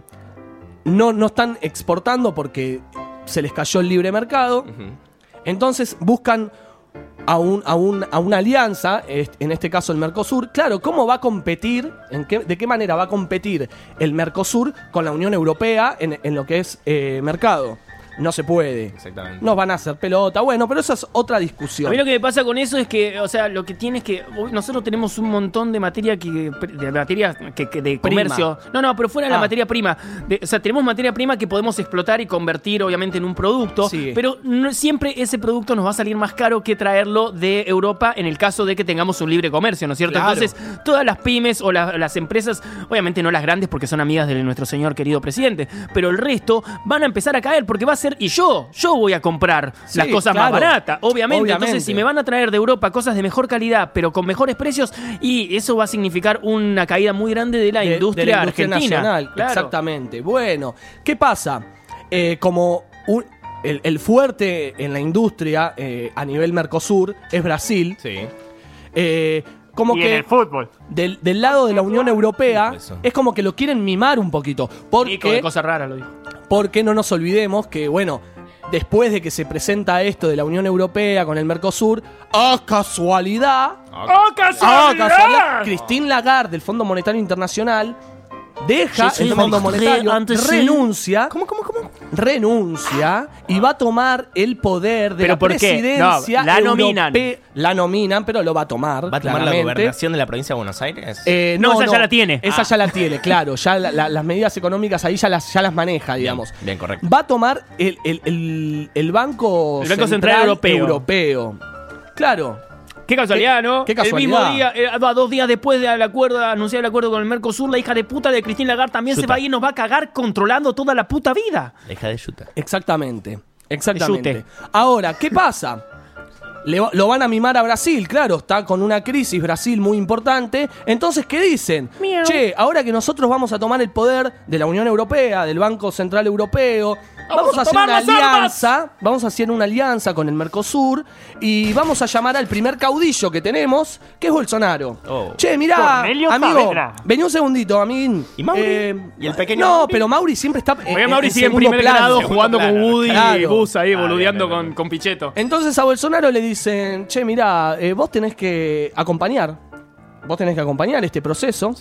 H: no, no están exportando porque se les cayó el libre mercado. Entonces buscan a, un, a, un- a una alianza, est- en este caso el Mercosur. Claro, ¿cómo va a competir? ¿En qué- ¿De qué manera va a competir el Mercosur con la Unión Europea en, en lo que es eh, mercado? No se puede.
I: Exactamente.
H: Nos van a hacer pelota. Bueno, pero esa es otra discusión.
G: A mí lo que me pasa con eso es que, o sea, lo que tiene es que hoy nosotros tenemos un montón de materia que, de materia que, que- de
H: Prima.
G: comercio. No, no, pero fuera de la
H: Ah.
G: materia prima. De- o sea, tenemos materia prima que podemos explotar y convertir, obviamente, en un producto.
H: Sí.
G: Pero no- siempre ese producto nos va a salir más caro que traerlo de Europa en el caso de que tengamos un libre comercio, ¿no es cierto?
H: Claro.
G: Entonces, todas las pymes o la- las empresas, obviamente no las grandes porque son amigas de nuestro señor querido presidente, pero el resto van a empezar a caer porque va a ser, y yo, yo voy a comprar
H: Sí,
G: las cosas más
H: claro.
G: baratas, obviamente. Entonces,
H: Obviamente.
G: si me van a traer de Europa cosas de mejor calidad, pero con mejores precios, y eso va a significar una caída muy grande de la,
H: de- de
G: industria,
H: la industria
G: argentina.
H: nacional.
G: Claro.
H: Exactamente. Bueno, ¿qué pasa? Eh, como un- el, el fuerte en la industria eh, a nivel Mercosur es Brasil.
I: Sí.
H: eh, como
G: Y
H: que
G: en el fútbol.
H: del, del lado de la Unión Europea
I: Eso.
H: es como que lo quieren mimar un poquito. Porque
G: Nico, de cosa rara lo dijo.
H: porque no nos olvidemos que, bueno, después de que se presenta esto de la Unión Europea con el Mercosur, ¡ah, casualidad!
G: ¡Oh,
H: ¡Ah,
G: casualidad!
H: casualidad! Christine Lagarde, del Fondo Monetario Internacional, deja
G: Sí, sí,
H: el Fondo
G: me
H: Monetario,
G: encontré antes, sí.
H: renuncia, renuncia y va a tomar el poder de
G: ¿Pero
H: la
G: por qué?
H: presidencia
G: No, la nominan.
H: europea. La nominan, pero lo va a tomar,
I: ¿Va a tomar la
H: claramente.
I: gobernación de la provincia de Buenos Aires?
H: Eh,
G: No, esa ya la tiene.
H: Esa
G: Ah.
H: ya la tiene, claro. Ya la- la- las medidas económicas ahí ya las, ya las maneja, digamos.
I: Bien, correcto.
H: Va a tomar el, el- el- el Banco,
G: El Banco Central Europeo.
H: Europeo. Claro.
G: Qué casualidad, ¿no?
H: qué casualidad.
G: El mismo día, eh, va dos días después del acuerdo, anunciar el acuerdo con el Mercosur, la hija de puta de Cristín Lagarde también se
H: Eh,
I: Chuta.
G: va a ir y nos va a cagar controlando toda la puta vida.
I: La hija de Yuta.
H: Exactamente. Exactamente. Ahora, ¿qué pasa? Le va- lo van a mimar a Brasil, claro, está con una crisis Brasil muy importante. Entonces, ¿qué dicen? Che, ahora que nosotros vamos a tomar el poder de la Unión Europea, del Banco Central Europeo, vamos,
L: a
H: a hacer
L: tomar
H: una
L: las armas".
H: alianza, vamos a hacer una alianza con el Mercosur y vamos a llamar al primer caudillo que tenemos, que es Bolsonaro. Che, mirá,
L: Oh. Cornelio
H: amigo,
L: Saavedra.
H: vení un segundito, amiguín. ¿Y
L: Mauri? ¿Y el pequeño
H: No,
L: Mauri?
H: pero Mauri siempre está Eh, en,
G: Porque Mauri
H: en
G: sigue en
H: segundo
G: primer
H: plano.
G: grado jugando con Woody y
H: Claro.
G: Gus ahí, boludeando con, con Pichetto.
H: Entonces a Bolsonaro le dicen, che, mirá, eh, vos tenés que acompañar, vos tenés que acompañar este proceso.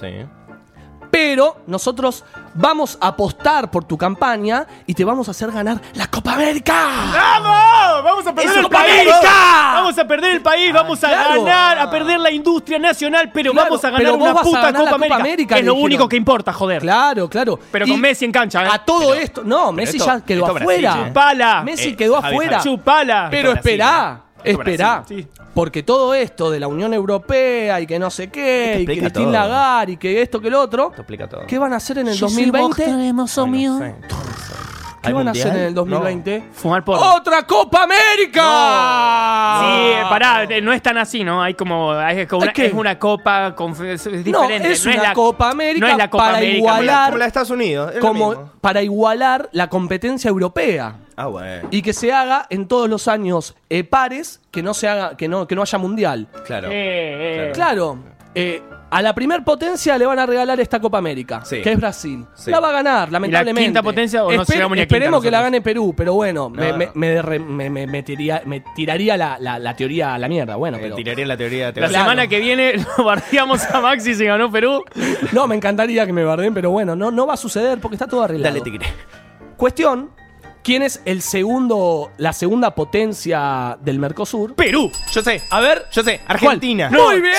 H: Pero nosotros vamos a apostar por tu campaña y te vamos a hacer ganar la Copa América.
G: Ah. ¡Vamos! ¡Vamos a
H: ¡Es
G: perder el
H: Copa
G: país!
H: América!
G: Vamos a perder el país, vamos a
H: Ah, claro.
G: ganar, a perder la industria nacional, pero
H: Claro,
G: vamos a
H: pero
G: ganar
H: vos
G: una
H: vas a
G: puta
H: ganar la
G: Copa,
H: Copa
G: América.
H: América,
G: Es
H: le
G: lo
H: dijeron.
G: único que importa, joder.
H: Claro, claro.
G: Pero con
H: Y
G: Messi en cancha, ¿eh?
H: A todo esto. No, Messi
G: esto-
H: ya quedó
G: esto Brasil,
H: afuera.
G: eh. Chupala.
H: Messi
G: Eh,
H: quedó
G: Javi, Javi.
H: afuera.
I: Ah,
G: Chupala.
H: Pero
G: Esto Brasil,
H: esperá.
G: eh. Esto
H: Esperá.
G: Brasil, sí.
H: Porque todo esto de la Unión Europea y que no sé qué, y que
I: explica
H: Cristín
I: todo.
H: Lagarde y que esto que el otro,
I: Explica todo.
H: ¿qué van a hacer en el
L: Yo soy
H: 2020?
L: Boxer, hermoso mío.
H: ¿Qué van a hacer en el 2020?
G: Fumar por.
H: ¡Otra Copa América!
G: Sí, eh, pará, eh, no es tan así, ¿no? Hay como. Es, como una,
H: Ah. qué?
G: es una copa con- es diferente.
H: No, es una
G: la,
H: Copa América
G: no es la Copa
H: para
G: América,
H: igualar
I: Como la de Estados Unidos. es lo mismo.
H: como para igualar la competencia europea.
I: Ah, bueno.
H: y que se haga en todos los años eh, pares, que no se haga, que no, que no haya mundial.
I: Claro.
G: Eh, eh.
H: Claro, eh, a la primer potencia le van a regalar esta Copa América,
I: Sí.
H: que es Brasil.
I: Sí.
H: La va a ganar, lamentablemente.
G: quinta potencia o no llegamos ni a quinta
H: Esperemos que la
G: nosotros?
H: gane Perú, pero bueno, me,
I: No.
H: me- me derre- me- me- me tiraría, me tiraría la, la- la teoría a la mierda. Bueno, pero.
I: Tiraría la teoría de
G: La
I: teoría.
G: semana que viene lo bardeamos a Maxi se ganó Perú.
H: No, me encantaría que me barden, pero bueno, no, no va a suceder porque está todo arreglado.
I: Dale, tigre.
H: Cuestión. ¿Quién es el segundo, la segunda potencia del Mercosur?
G: Perú.
I: Yo sé,
H: A ver,
I: yo sé. Argentina.
H: ¿Cuál?
G: ¡Muy
H: ¡Muy bien!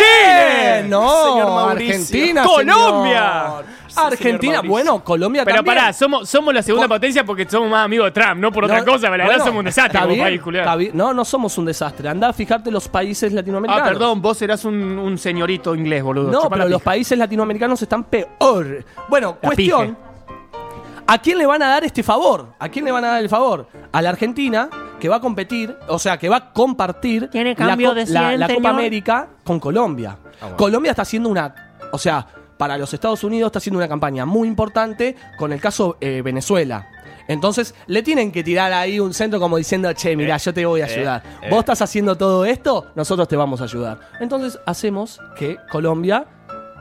G: bien!
H: No,
I: Señor Mauricio.
H: Argentina.
G: ¡Colombia!
H: señor. Argentina,
I: Mauricio.
H: bueno, Colombia
G: Pero
H: también.
G: pará, somos, somos la segunda potencia porque somos más amigos de Trump, no por otra
H: No,
G: cosa, pero la verdad
H: bueno,
G: somos un desastre
H: está
G: como
H: bien,
G: país, culiao.
H: está bien. No, no somos un desastre. Andá a fijarte los países
G: Ah,
H: latinoamericanos.
G: perdón, vos serás un, un señorito inglés, boludo.
H: No,
G: Chupá la
H: pero los
G: pija.
H: países latinoamericanos están peor. Bueno,
G: La
H: cuestión. ¿A quién le van a dar este favor? ¿A quién le van a dar el favor? A la Argentina, que va a competir, o sea, que va a compartir
L: Tiene
H: la
L: cambio
H: co-
L: de
H: la,
L: cien,
H: la Copa
L: señor.
H: América con Colombia.
G: Ah,
H: Colombia está haciendo una. O sea, para los Estados Unidos está haciendo una campaña muy importante con el caso eh, Venezuela. Entonces, le tienen que tirar ahí un centro como diciendo, che,
G: Eh.
H: mirá, yo te voy a ayudar. Vos estás haciendo todo esto, nosotros te vamos a ayudar. Entonces, hacemos que Colombia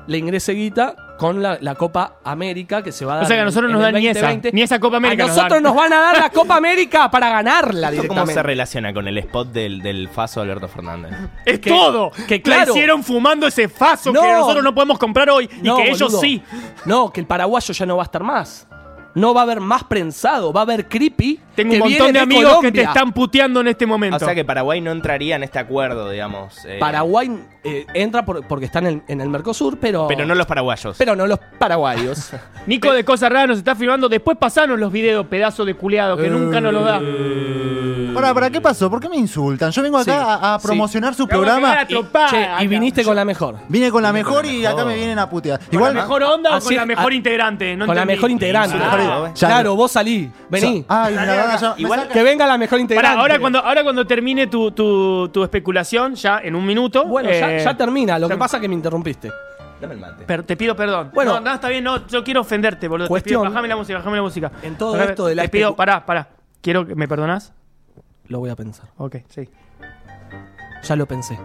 H: le ingrese guita con la, la Copa América que se va a dar.
G: O sea que
H: en-
G: a nosotros
H: en
G: nos
H: el
G: dan ni esa,
H: 2020.
G: ni esa Copa América.
H: A nosotros nos,
G: dan.
H: van a dar la Copa América para ganarla
I: ¿Esto ¿Cómo se
H: directamente.
I: relaciona con el spot del, del Faso Alberto Fernández?
G: Es
H: que-
G: todo.
H: que
G: Que
H: claro.
G: hicieron fumando ese faso
H: No.
G: que nosotros no podemos comprar hoy
H: No,
G: y que ellos
H: boludo.
G: sí.
H: No, que el paraguayo ya no va a estar más. No va a haber más prensado, va a haber creepy.
G: Tengo
H: que
G: un
H: viene
G: montón de amigos
H: Colombia.
G: que te están puteando en este momento.
I: O sea que Paraguay no entraría en este acuerdo, digamos. eh,
H: Paraguay eh, entra por- porque está en el, en el Mercosur, pero.
I: Pero no los paraguayos.
H: pero no los paraguayos.
G: Nico de Cosas Raras nos está filmando. Después pasanos los videos, pedazo de culeado, que nunca nos los da.
I: Eh,
T: Para, para, ¿qué pasó? ¿Por qué me insultan? Yo vengo acá
H: Sí,
T: a, a
H: sí.
T: promocionar su
G: Te vamos a cagar
T: programa.
G: a trompadas
H: Che,
G: acá.
H: y viniste con la mejor.
T: Vine con la mejor y acá me vienen a putear.
G: ¿Con
T: Igual.
G: la mejor onda o
H: Así
G: con la
H: es,
G: mejor
H: ah,
G: integrante? No
H: con la
G: entendí.
H: mejor integrante.
G: Ah.
T: Ya-
H: Claro, vos salí. Vení.
T: Ay, me la van a llamar-
I: Igual-
T: me sacan-
H: que venga la mejor integrante.
G: Pará, ahora cuando, ahora cuando termine tu, tu- tu especulación, ya en un minuto.
H: Bueno, ya,
G: eh,
H: ya termina. Lo que
G: ya-
H: pasa es que me interrumpiste.
I: Dame el mate.
G: per- te pido perdón.
H: Bueno.
G: no, no, está bien, no, yo quiero ofenderte, boludo. Te
H: Cuestión.
G: pido- bajame la música, bajame la música.
H: En todo
G: Bajame-
H: esto de la
G: Te pido,
H: especu-
G: pará, pará. Quiero que me perdonás.
H: Lo voy a pensar.
G: Ok, sí.
H: Ya lo pensé.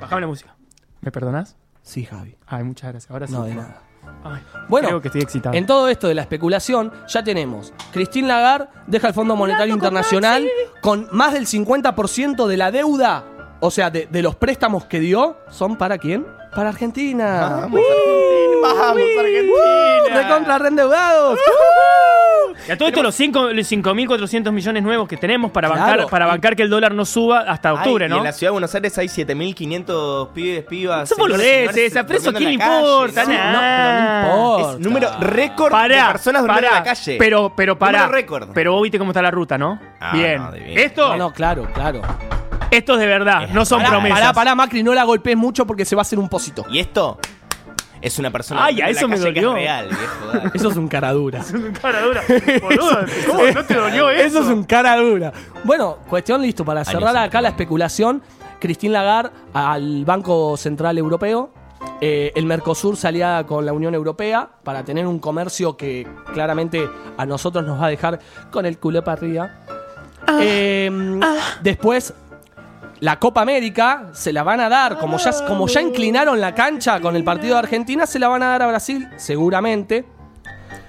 G: Bajame la música. ¿Me perdonás?
H: Sí, Javi.
G: Ay, muchas gracias. Ahora sí.
H: No, de nada.
G: Ay,
H: Bueno,
G: creo que estoy excitado.
H: En todo esto de la especulación, ya tenemos. Christine Lagarde deja el Fondo Monetario Internacional con más del 50% de la deuda, o sea, de, de los préstamos que dio, son para quién? Para
G: Ah,
H: Argentina.
I: Vamos, Argentina. Vamos,
H: ¡Uh!
G: Argentina.
H: ¡Recontra reendeudados!
G: Y a todo esto, los cinco- los 5.400 millones nuevos que tenemos para,
H: Claro.
G: bancar, para bancar que el dólar no suba hasta octubre,
I: Ay, Y
G: ¿no?
I: en la ciudad de Buenos Aires hay 7.500 pibes, pibas.
G: Son
I: señores,
G: boludeces,
I: señores,
G: a presos,
I: durmiendo en
G: ¿quién
I: la
G: le
I: calle,
G: importa?
I: ¿no?
G: Nah.
H: No, pero
I: No,
H: no importa.
I: Es número récord
G: Pará,
I: de personas durmiendo
G: pará.
I: en la calle.
G: Pero, pero pará.
I: Número récord.
G: Pero vos viste cómo está la ruta, ¿no?
I: Ah,
G: Bien.
I: no, divino.
G: esto,
H: No, no, claro, claro.
G: esto es de verdad, no son
H: Pará,
G: promesas.
H: pará, pará, Macri, no la golpees mucho porque se va a hacer un posito.
I: Y esto es una persona
U: Ay, a
I: en la
U: eso me
I: calle que es
U: dolió.
I: real, viejo, dale.
H: Eso es un cara dura.
G: Cara dura. Boludo, ¿cómo no te dolió eso?
H: Eso es un cara dura. Bueno, cuestión listo. Para cerrar acá la especulación, Christine Lagarde al Banco Central Europeo. eh, el Mercosur se alía con la Unión Europea para tener un comercio que claramente a nosotros nos va a dejar con el culo para arriba. Eh, Después, la Copa América se la van a dar, como ya, como ya inclinaron la cancha con el partido de Argentina, se la van a dar a Brasil, seguramente.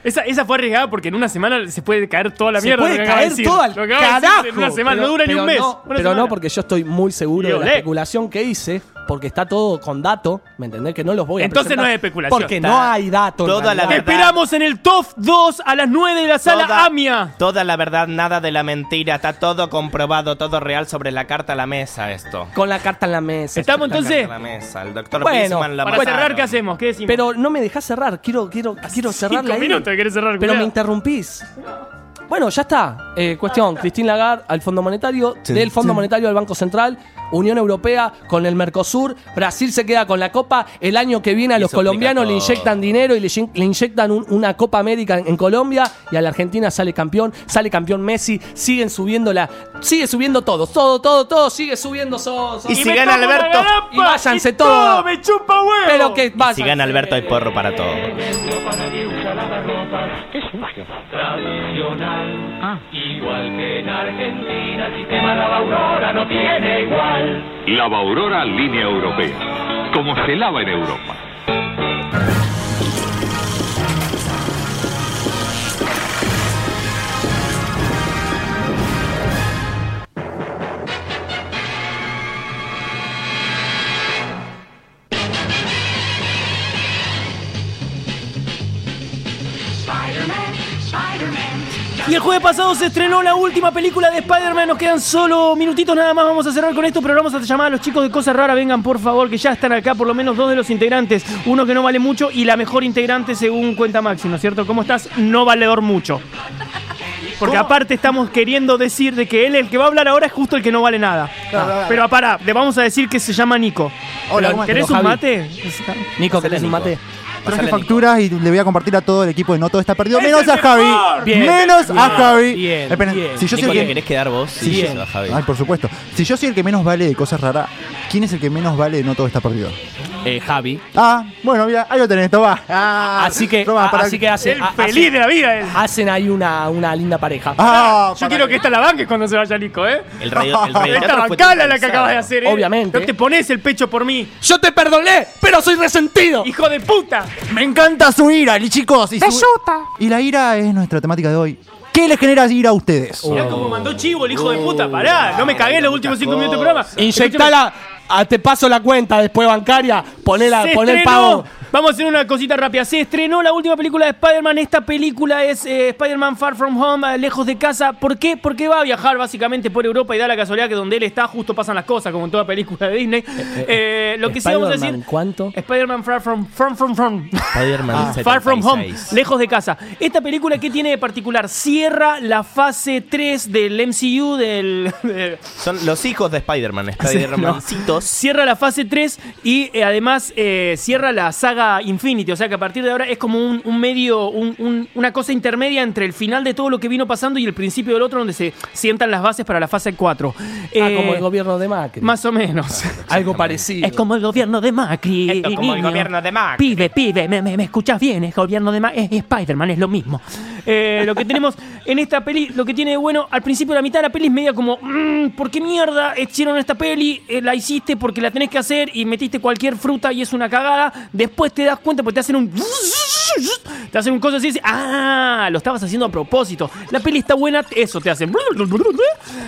G: Esa, esa fue arriesgada porque en una semana se puede caer toda la
H: Se
G: mierda.
H: puede
G: lo que acabas de
H: caer
G: decir.
H: todo al
G: Lo que acabas de decir
H: carajo.
G: En una semana,
H: Pero-
G: no dura ni
H: pero
G: un mes.
H: no,
G: Una
H: pero
G: semana.
H: no, porque yo estoy muy seguro
G: Y
H: de la
G: olé.
H: especulación que hice, porque está todo con dato, ¿me entendés? Que no los voy a
G: Entonces
H: presentar,
G: no es especulación.
H: Porque
G: Está
H: no hay dato. en
I: toda la
H: realidad.
I: verdad.
G: Esperamos en el TOF 2 a las 9 de la sala
I: Toda-
G: AMIA.
I: Toda la verdad, nada de la mentira, está todo comprobado, todo real sobre la carta a la mesa esto.
H: Con la carta en la mesa.
G: Estamos
I: La
G: entonces.
I: carta a la mesa, el doctor
H: Bueno,
I: Bisman la
G: Para
I: mataron.
G: cerrar, ¿qué hacemos? ¿Qué decimos?
H: Pero no me dejás cerrar, quiero, quiero, quiero cerrar
G: Cinco
H: la
G: minutos que querés cerrar,
H: Pero
G: culiao.
H: me interrumpís. Bueno, ya está. Eh, cuestión, Cristín Lagarde al Fondo Monetario,
I: Sí,
H: del Fondo
I: sí.
H: Monetario al Banco Central, Unión Europea con el Mercosur, Brasil se queda con la Copa, el año que viene a
I: Y
H: los
I: eso explica
H: colombianos le
I: todo.
H: inyectan dinero y le, yin- le inyectan un- una Copa América en, en Colombia y a la Argentina sale campeón, sale campeón Messi, siguen subiendo la... Sigue subiendo todo, todo, todo, todo, sigue subiendo... so- so-
I: Y si gana
G: metamos
I: Alberto,
G: la garapa
H: y váyanse
G: y todo,
H: todos.
G: me chupa huevo.
H: Pero que
I: Si
H: vayan.
I: gana Alberto hay porro para todo.
L: Lava Aurora Línea Europea. Como se lava en Europa.
U: Y el jueves pasado se estrenó la última película de Spider-Man. Nos quedan solo minutitos nada más. Vamos a cerrar con esto, pero vamos a llamar a los chicos de Cosas Raras. Vengan, por favor, que ya están acá por lo menos dos de los integrantes. Uno que no vale mucho y la mejor integrante según cuenta Maxi, ¿no es cierto? ¿Cómo estás? No valedor mucho. Porque aparte estamos queriendo decir de que él, el que va a hablar ahora, es justo el que no vale nada.
T: Claro, claro.
U: Pero pará, le vamos a decir que se llama Nico.
T: Hola,
U: Pero,
T: ¿cómo
U: ¿Querés
T: estás,
U: un
T: Javi?
U: mate?
H: Nico, ¿querés un mate?
T: Traje facturas y le voy a compartir a todo el equipo de No Todo Está Perdido.
G: ¡Es
T: Menos
G: el
T: a
G: mejor!
T: Javi.
H: Bien,
T: menos
H: bien,
T: a Javi.
H: bien,
T: Esperen,
H: bien.
T: si yo soy
I: Nico,
T: el
I: ¿le
T: que-
I: querés quedar vos? Sí,
T: Sí. Ah.
I: yo, Javi.
T: Ay, por supuesto. Si yo soy el que menos vale de cosas raras, ¿quién es el que menos vale de No Todo Está Perdido?
H: Javi.
T: Ah, bueno, mira, ahí lo tenés, toma. Ah,
H: Así que,
T: toma,
H: a-
T: para-
H: así que hacen,
G: El
H: a-
G: feliz
H: hacen-
G: de la vida él.
H: hacen ahí una, una linda pareja.
T: Ah,
G: Yo
T: para-
G: quiero que esta la banque cuando se vaya Nico, ¿eh?
I: El radio, el radio
G: Esta
I: teatro fue
G: bancala la que
I: televisado.
G: acabas de hacer, ¿eh?
H: Obviamente.
G: No te pones el pecho por mí,
H: Yo te perdoné, pero soy resentido.
G: hijo de puta.
T: Me encanta su ira, li- chicos. Y, su- y la ira es nuestra temática de hoy. ¿Qué les genera ira a ustedes?
G: Mirá cómo mandó chivo el hijo de puta. Pará, no me cagué en los últimos cinco minutos de programa.
H: Inyectala, ah, te paso la cuenta después bancaria, ponela,
G: Se
H: pon el
G: estrenó-
H: pago.
G: Vamos a hacer una cosita rápida. Se estrenó la última película de Spider-Man. Esta película es eh, Spider-Man Far From Home, eh, lejos de casa. ¿Por qué? Porque va a viajar básicamente por Europa y da la casualidad que donde él está justo pasan las cosas, como en toda película de Disney. Eh, lo que sí vamos a
H: Spider-Man,
G: decir...
H: ¿Cuánto?
G: Spider-man Far From From From From
I: Spider-Man
T: Ah.
G: Far From Home,
I: 76.
G: lejos de casa. Esta película que tiene de particular cierra la fase 3 del MCU del, del-
I: Son los hijos de Spider-Man, Spider-Mancitos.
G: Cierra la fase 3 y eh, además eh, cierra la saga Infinity. O sea que a partir de ahora es como un, un medio, un- un- una cosa intermedia entre el final de todo lo que vino pasando y el principio del otro, donde se sientan las bases para la fase 4.
H: Ah,
G: Eh,
H: como el gobierno de Macri.
G: Más o menos.
H: Algo parecido.
U: Es como el gobierno de Macri.
I: Esto es como el
U: niño.
I: gobierno de Macri.
U: Pibe, pibe, me,
G: me, me escuchás bien, es gobierno de Ma- es Spider-Man, es lo mismo. Eh, lo que tenemos en esta peli, lo que tiene de bueno, al principio de la mitad de la peli es media como, "Mm, ¿por qué mierda hicieron esta peli? Eh, la hiciste porque la tenés que hacer y metiste cualquier fruta y es una cagada. Después te das cuenta porque te hacen un... Te hacen un cosa así y dices, ah, lo estabas haciendo a propósito. La peli está buena, eso te hacen.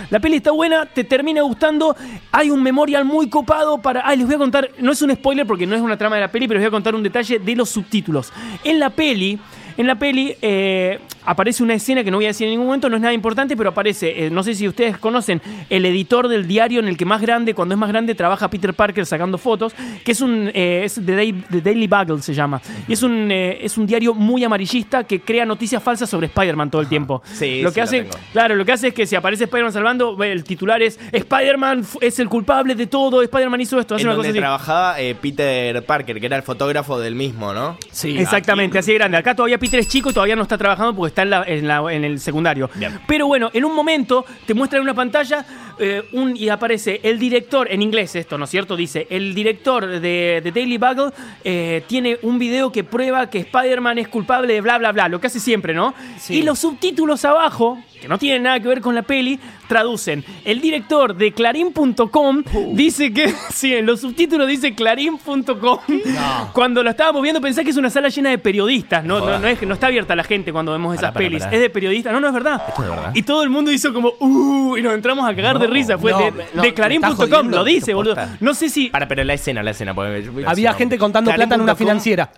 G: La peli está buena, te termina gustando. Hay un memorial muy copado para. Ay, les voy a contar. No es un spoiler porque no es una trama de la peli, pero les voy a contar un detalle de los subtítulos. En la peli. En la peli. eh, aparece una escena que no voy a decir en ningún momento, no es nada importante, pero aparece, eh, no sé si ustedes conocen, el editor del diario en el que más grande, cuando es más grande, trabaja Peter Parker sacando fotos, que es un, eh, es The, Dai- The Daily Bugle se llama, y es un, eh, es un diario muy amarillista que crea noticias falsas sobre Spider-Man todo el tiempo.
I: Sí,
G: lo
I: sí,
G: que
I: lo
G: hace,
I: tengo.
G: claro, lo que hace es que si aparece Spider-Man salvando, el titular es Spider-Man fu- es el culpable de todo, Spider-Man hizo esto, hace
I: En
G: una
I: donde
G: cosa así.
I: trabajaba eh, Peter Parker, que era el fotógrafo del mismo, ¿no?
G: Sí, exactamente, así de grande. Acá todavía Peter es chico, y todavía no está trabajando porque está en, la- en la- en el secundario. Pero bueno, en un momento te muestran en una pantalla eh, un, y aparece el director, en inglés esto, ¿no es cierto? Dice, el director de, de Daily Bugle eh, tiene un video que prueba que Spider-Man es culpable de bla, bla, bla, lo que hace siempre, ¿no? Y los subtítulos abajo, que no tienen nada que ver con la peli, traducen. El director de clarín.com dice que, sí, en los subtítulos dice clarín.com. Cuando lo estábamos viendo pensás que es una sala llena de periodistas, ¿no? No,
L: Joda.
G: no es, no está abierta a la gente cuando vemos esas
L: pará,
G: pelis.
L: pará.
G: Es de periodistas, no, no es verdad. Y todo el mundo hizo como, uh, y nos entramos a cagar de risa. Fue
I: no,
G: de,
I: me- no,
G: de
I: me estás
G: clarín.com,
I: jodiendo.
G: lo dice, boludo. No sé si.
I: Para, pero la escena, la escena. porque yo-
G: Había gente contando
I: Clarín
G: plata en una
I: punto com. Ah,
G: financiera.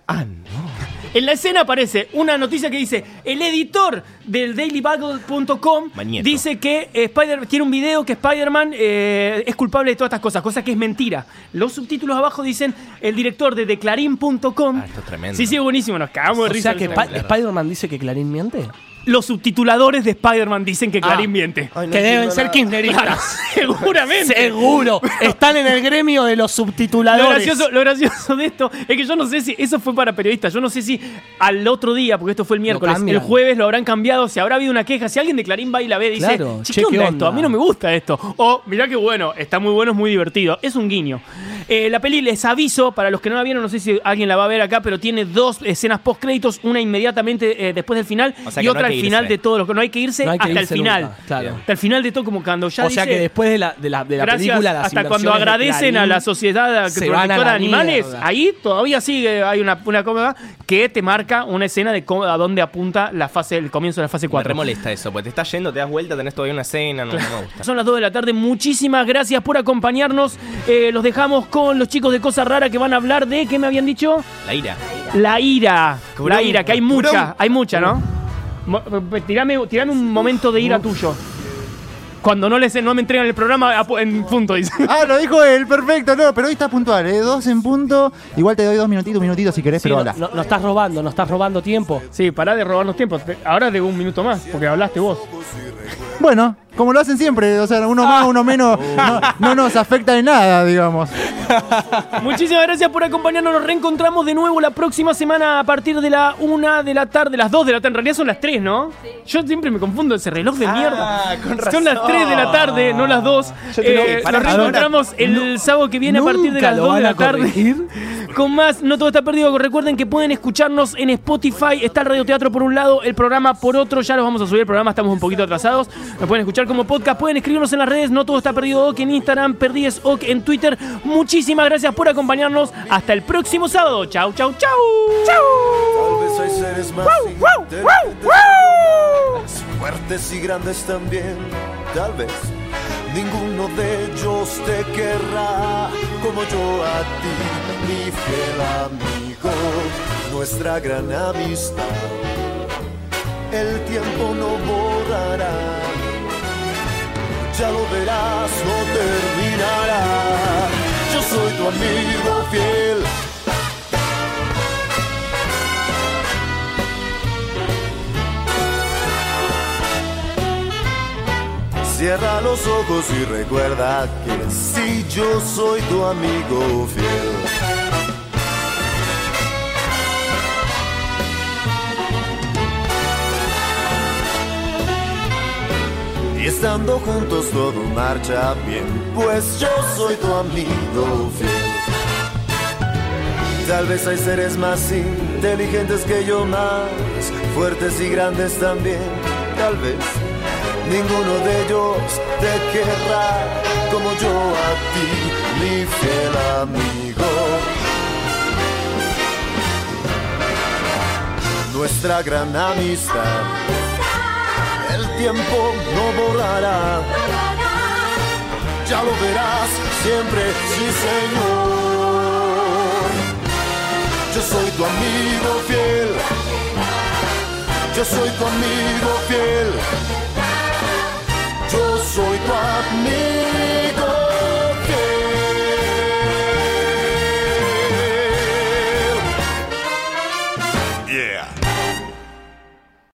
G: En la escena aparece una noticia que dice: el editor del DailyBuggle.com
I: Mañeto.
G: dice que eh, Spider tiene un video que Spider-Man eh, es culpable de todas estas cosas, cosa que es mentira. Los subtítulos abajo dicen: el director de declarín.com.
I: Ah, Esto es tremendo.
G: Sí, sí, buenísimo, nos cagamos de
H: O
G: risa.
H: sea que Pa- Spider-Man dice que Clarín miente.
G: Los subtituladores de Spider-Man dicen
I: Ah.
G: que Clarín miente.
H: no Que deben entiendo ser nada. kirchneristas.
G: Claro, seguramente.
H: Seguro. Están en el gremio de los
G: Lo
H: subtituladores.
G: gracioso, lo gracioso de esto es que yo no sé si eso fue para periodistas. Yo no sé si al otro día, porque esto fue el miércoles,
H: cambian.
G: el jueves lo habrán cambiado. Si habrá habido una queja, si alguien de Clarín va y la ve, dice:
H: Claro,
G: "Che,
H: che,
G: ¿qué
H: ¿qué
G: onda
H: onda?
G: esto? A mí no me gusta esto. O mirá qué bueno, está muy bueno, es muy divertido. Es un guiño. Eh, la peli, les aviso, para los que no la vieron, no sé si alguien la va a ver acá, pero tiene dos escenas post-créditos: una inmediatamente eh, después del final
H: O sea
G: y
H: que no
G: otra
H: hay
G: al
H: que
G: final
H: irse.
G: de todo. Lo, no hay que irse
H: No hay que
G: hasta
H: irse
G: el final.
H: nunca, claro.
G: Hasta el final de todo, como cuando ya
H: o sea
G: dice-
H: que después de la, de la, de la
G: Gracias,
H: película, las
G: hasta cuando
H: inversiones de
G: agradecen a
H: Clarín
G: la sociedad
H: se
G: protectora
H: van a la
G: de animales,
H: mierda.
G: ahí todavía sigue, hay una, una cómoda que te marca una escena de cómo- a dónde apunta la fase, el comienzo de la fase
I: Me
G: 4.
I: re molesta eso, porque te estás yendo, te das vuelta, tenés todavía una escena, no, no me gusta.
G: Son las 2 de la tarde, muchísimas gracias por acompañarnos. Eh, los dejamos con los chicos de Cosa Rara que van a hablar de, ¿qué me habían dicho?
I: La ira.
G: La ira.
I: Cabrón,
G: la ira, que hay mucha,
I: cabrón.
G: hay mucha, ¿no? Mo- eh, Tirame, tirame un momento de ira tuyo. Cuando no, les, no me entregan el programa, apu- en punto, dice.
T: Ah, lo dijo él, perfecto, no, pero hoy está puntual, ¿eh? Dos en punto. Igual te doy dos minutitos, un minutito si querés,
H: Sí,
T: pero
H: no-
T: habla.
H: no- nos estás robando, nos estás robando tiempo.
G: Sí, pará de robarnos tiempo. Te- Ahora de un minuto más, porque hablaste vos.
T: Bueno, como lo hacen siempre, o sea, uno más, uno menos, no,
H: Ah.
T: no nos afecta en nada, digamos.
G: Muchísimas gracias por acompañarnos. Nos reencontramos de nuevo la próxima semana a partir de la 1 de la tarde, las 2 de la tarde. En realidad son las 3, ¿no? Yo siempre me confundo ese reloj
H: Ah,
G: de mierda. Son las 3 de la tarde, no las 2.
L: Yo tengo-
G: Eh,
L: pará,
G: nos
L: ahora-
G: reencontramos el sábado que viene a partir de
H: nunca
G: las
H: lo
G: 2 de
H: van a
G: la tarde.
H: corregir.
G: Con más, no todo está perdido. Recuerden que pueden escucharnos en Spotify. Está el radioteatro por un lado, el programa por otro. Ya los vamos a subir el programa, estamos un poquito atrasados. Nos pueden escuchar como podcast. Pueden escribirnos en las redes. No todo está perdido. Ok en Instagram, perdíes ok en Twitter. Muchísimas gracias por acompañarnos. Hasta el próximo sábado. Chau, chau, chau. Chau.
V: Tal vez hay seres más
T: Wow, wow,
V: inteligentes,
T: wow,
V: fuertes y grandes también. Tal vez ninguno de ellos te querrá como yo a ti, mi fiel amigo, nuestra gran amistad. El tiempo no borrará, ya lo verás, no terminará. Yo soy tu amigo fiel. Cierra los ojos y recuerda que si yo soy tu amigo fiel. Y estando juntos todo marcha bien, pues yo soy tu amigo fiel. Tal vez hay seres más inteligentes que yo más, fuertes y grandes también, tal vez. Ninguno de ellos te querrá como yo a ti, mi fiel amigo. Nuestra gran amistad, el tiempo no borrará. Ya lo verás siempre, sí señor. Yo soy tu amigo fiel. Yo yo soy tu amigo fiel.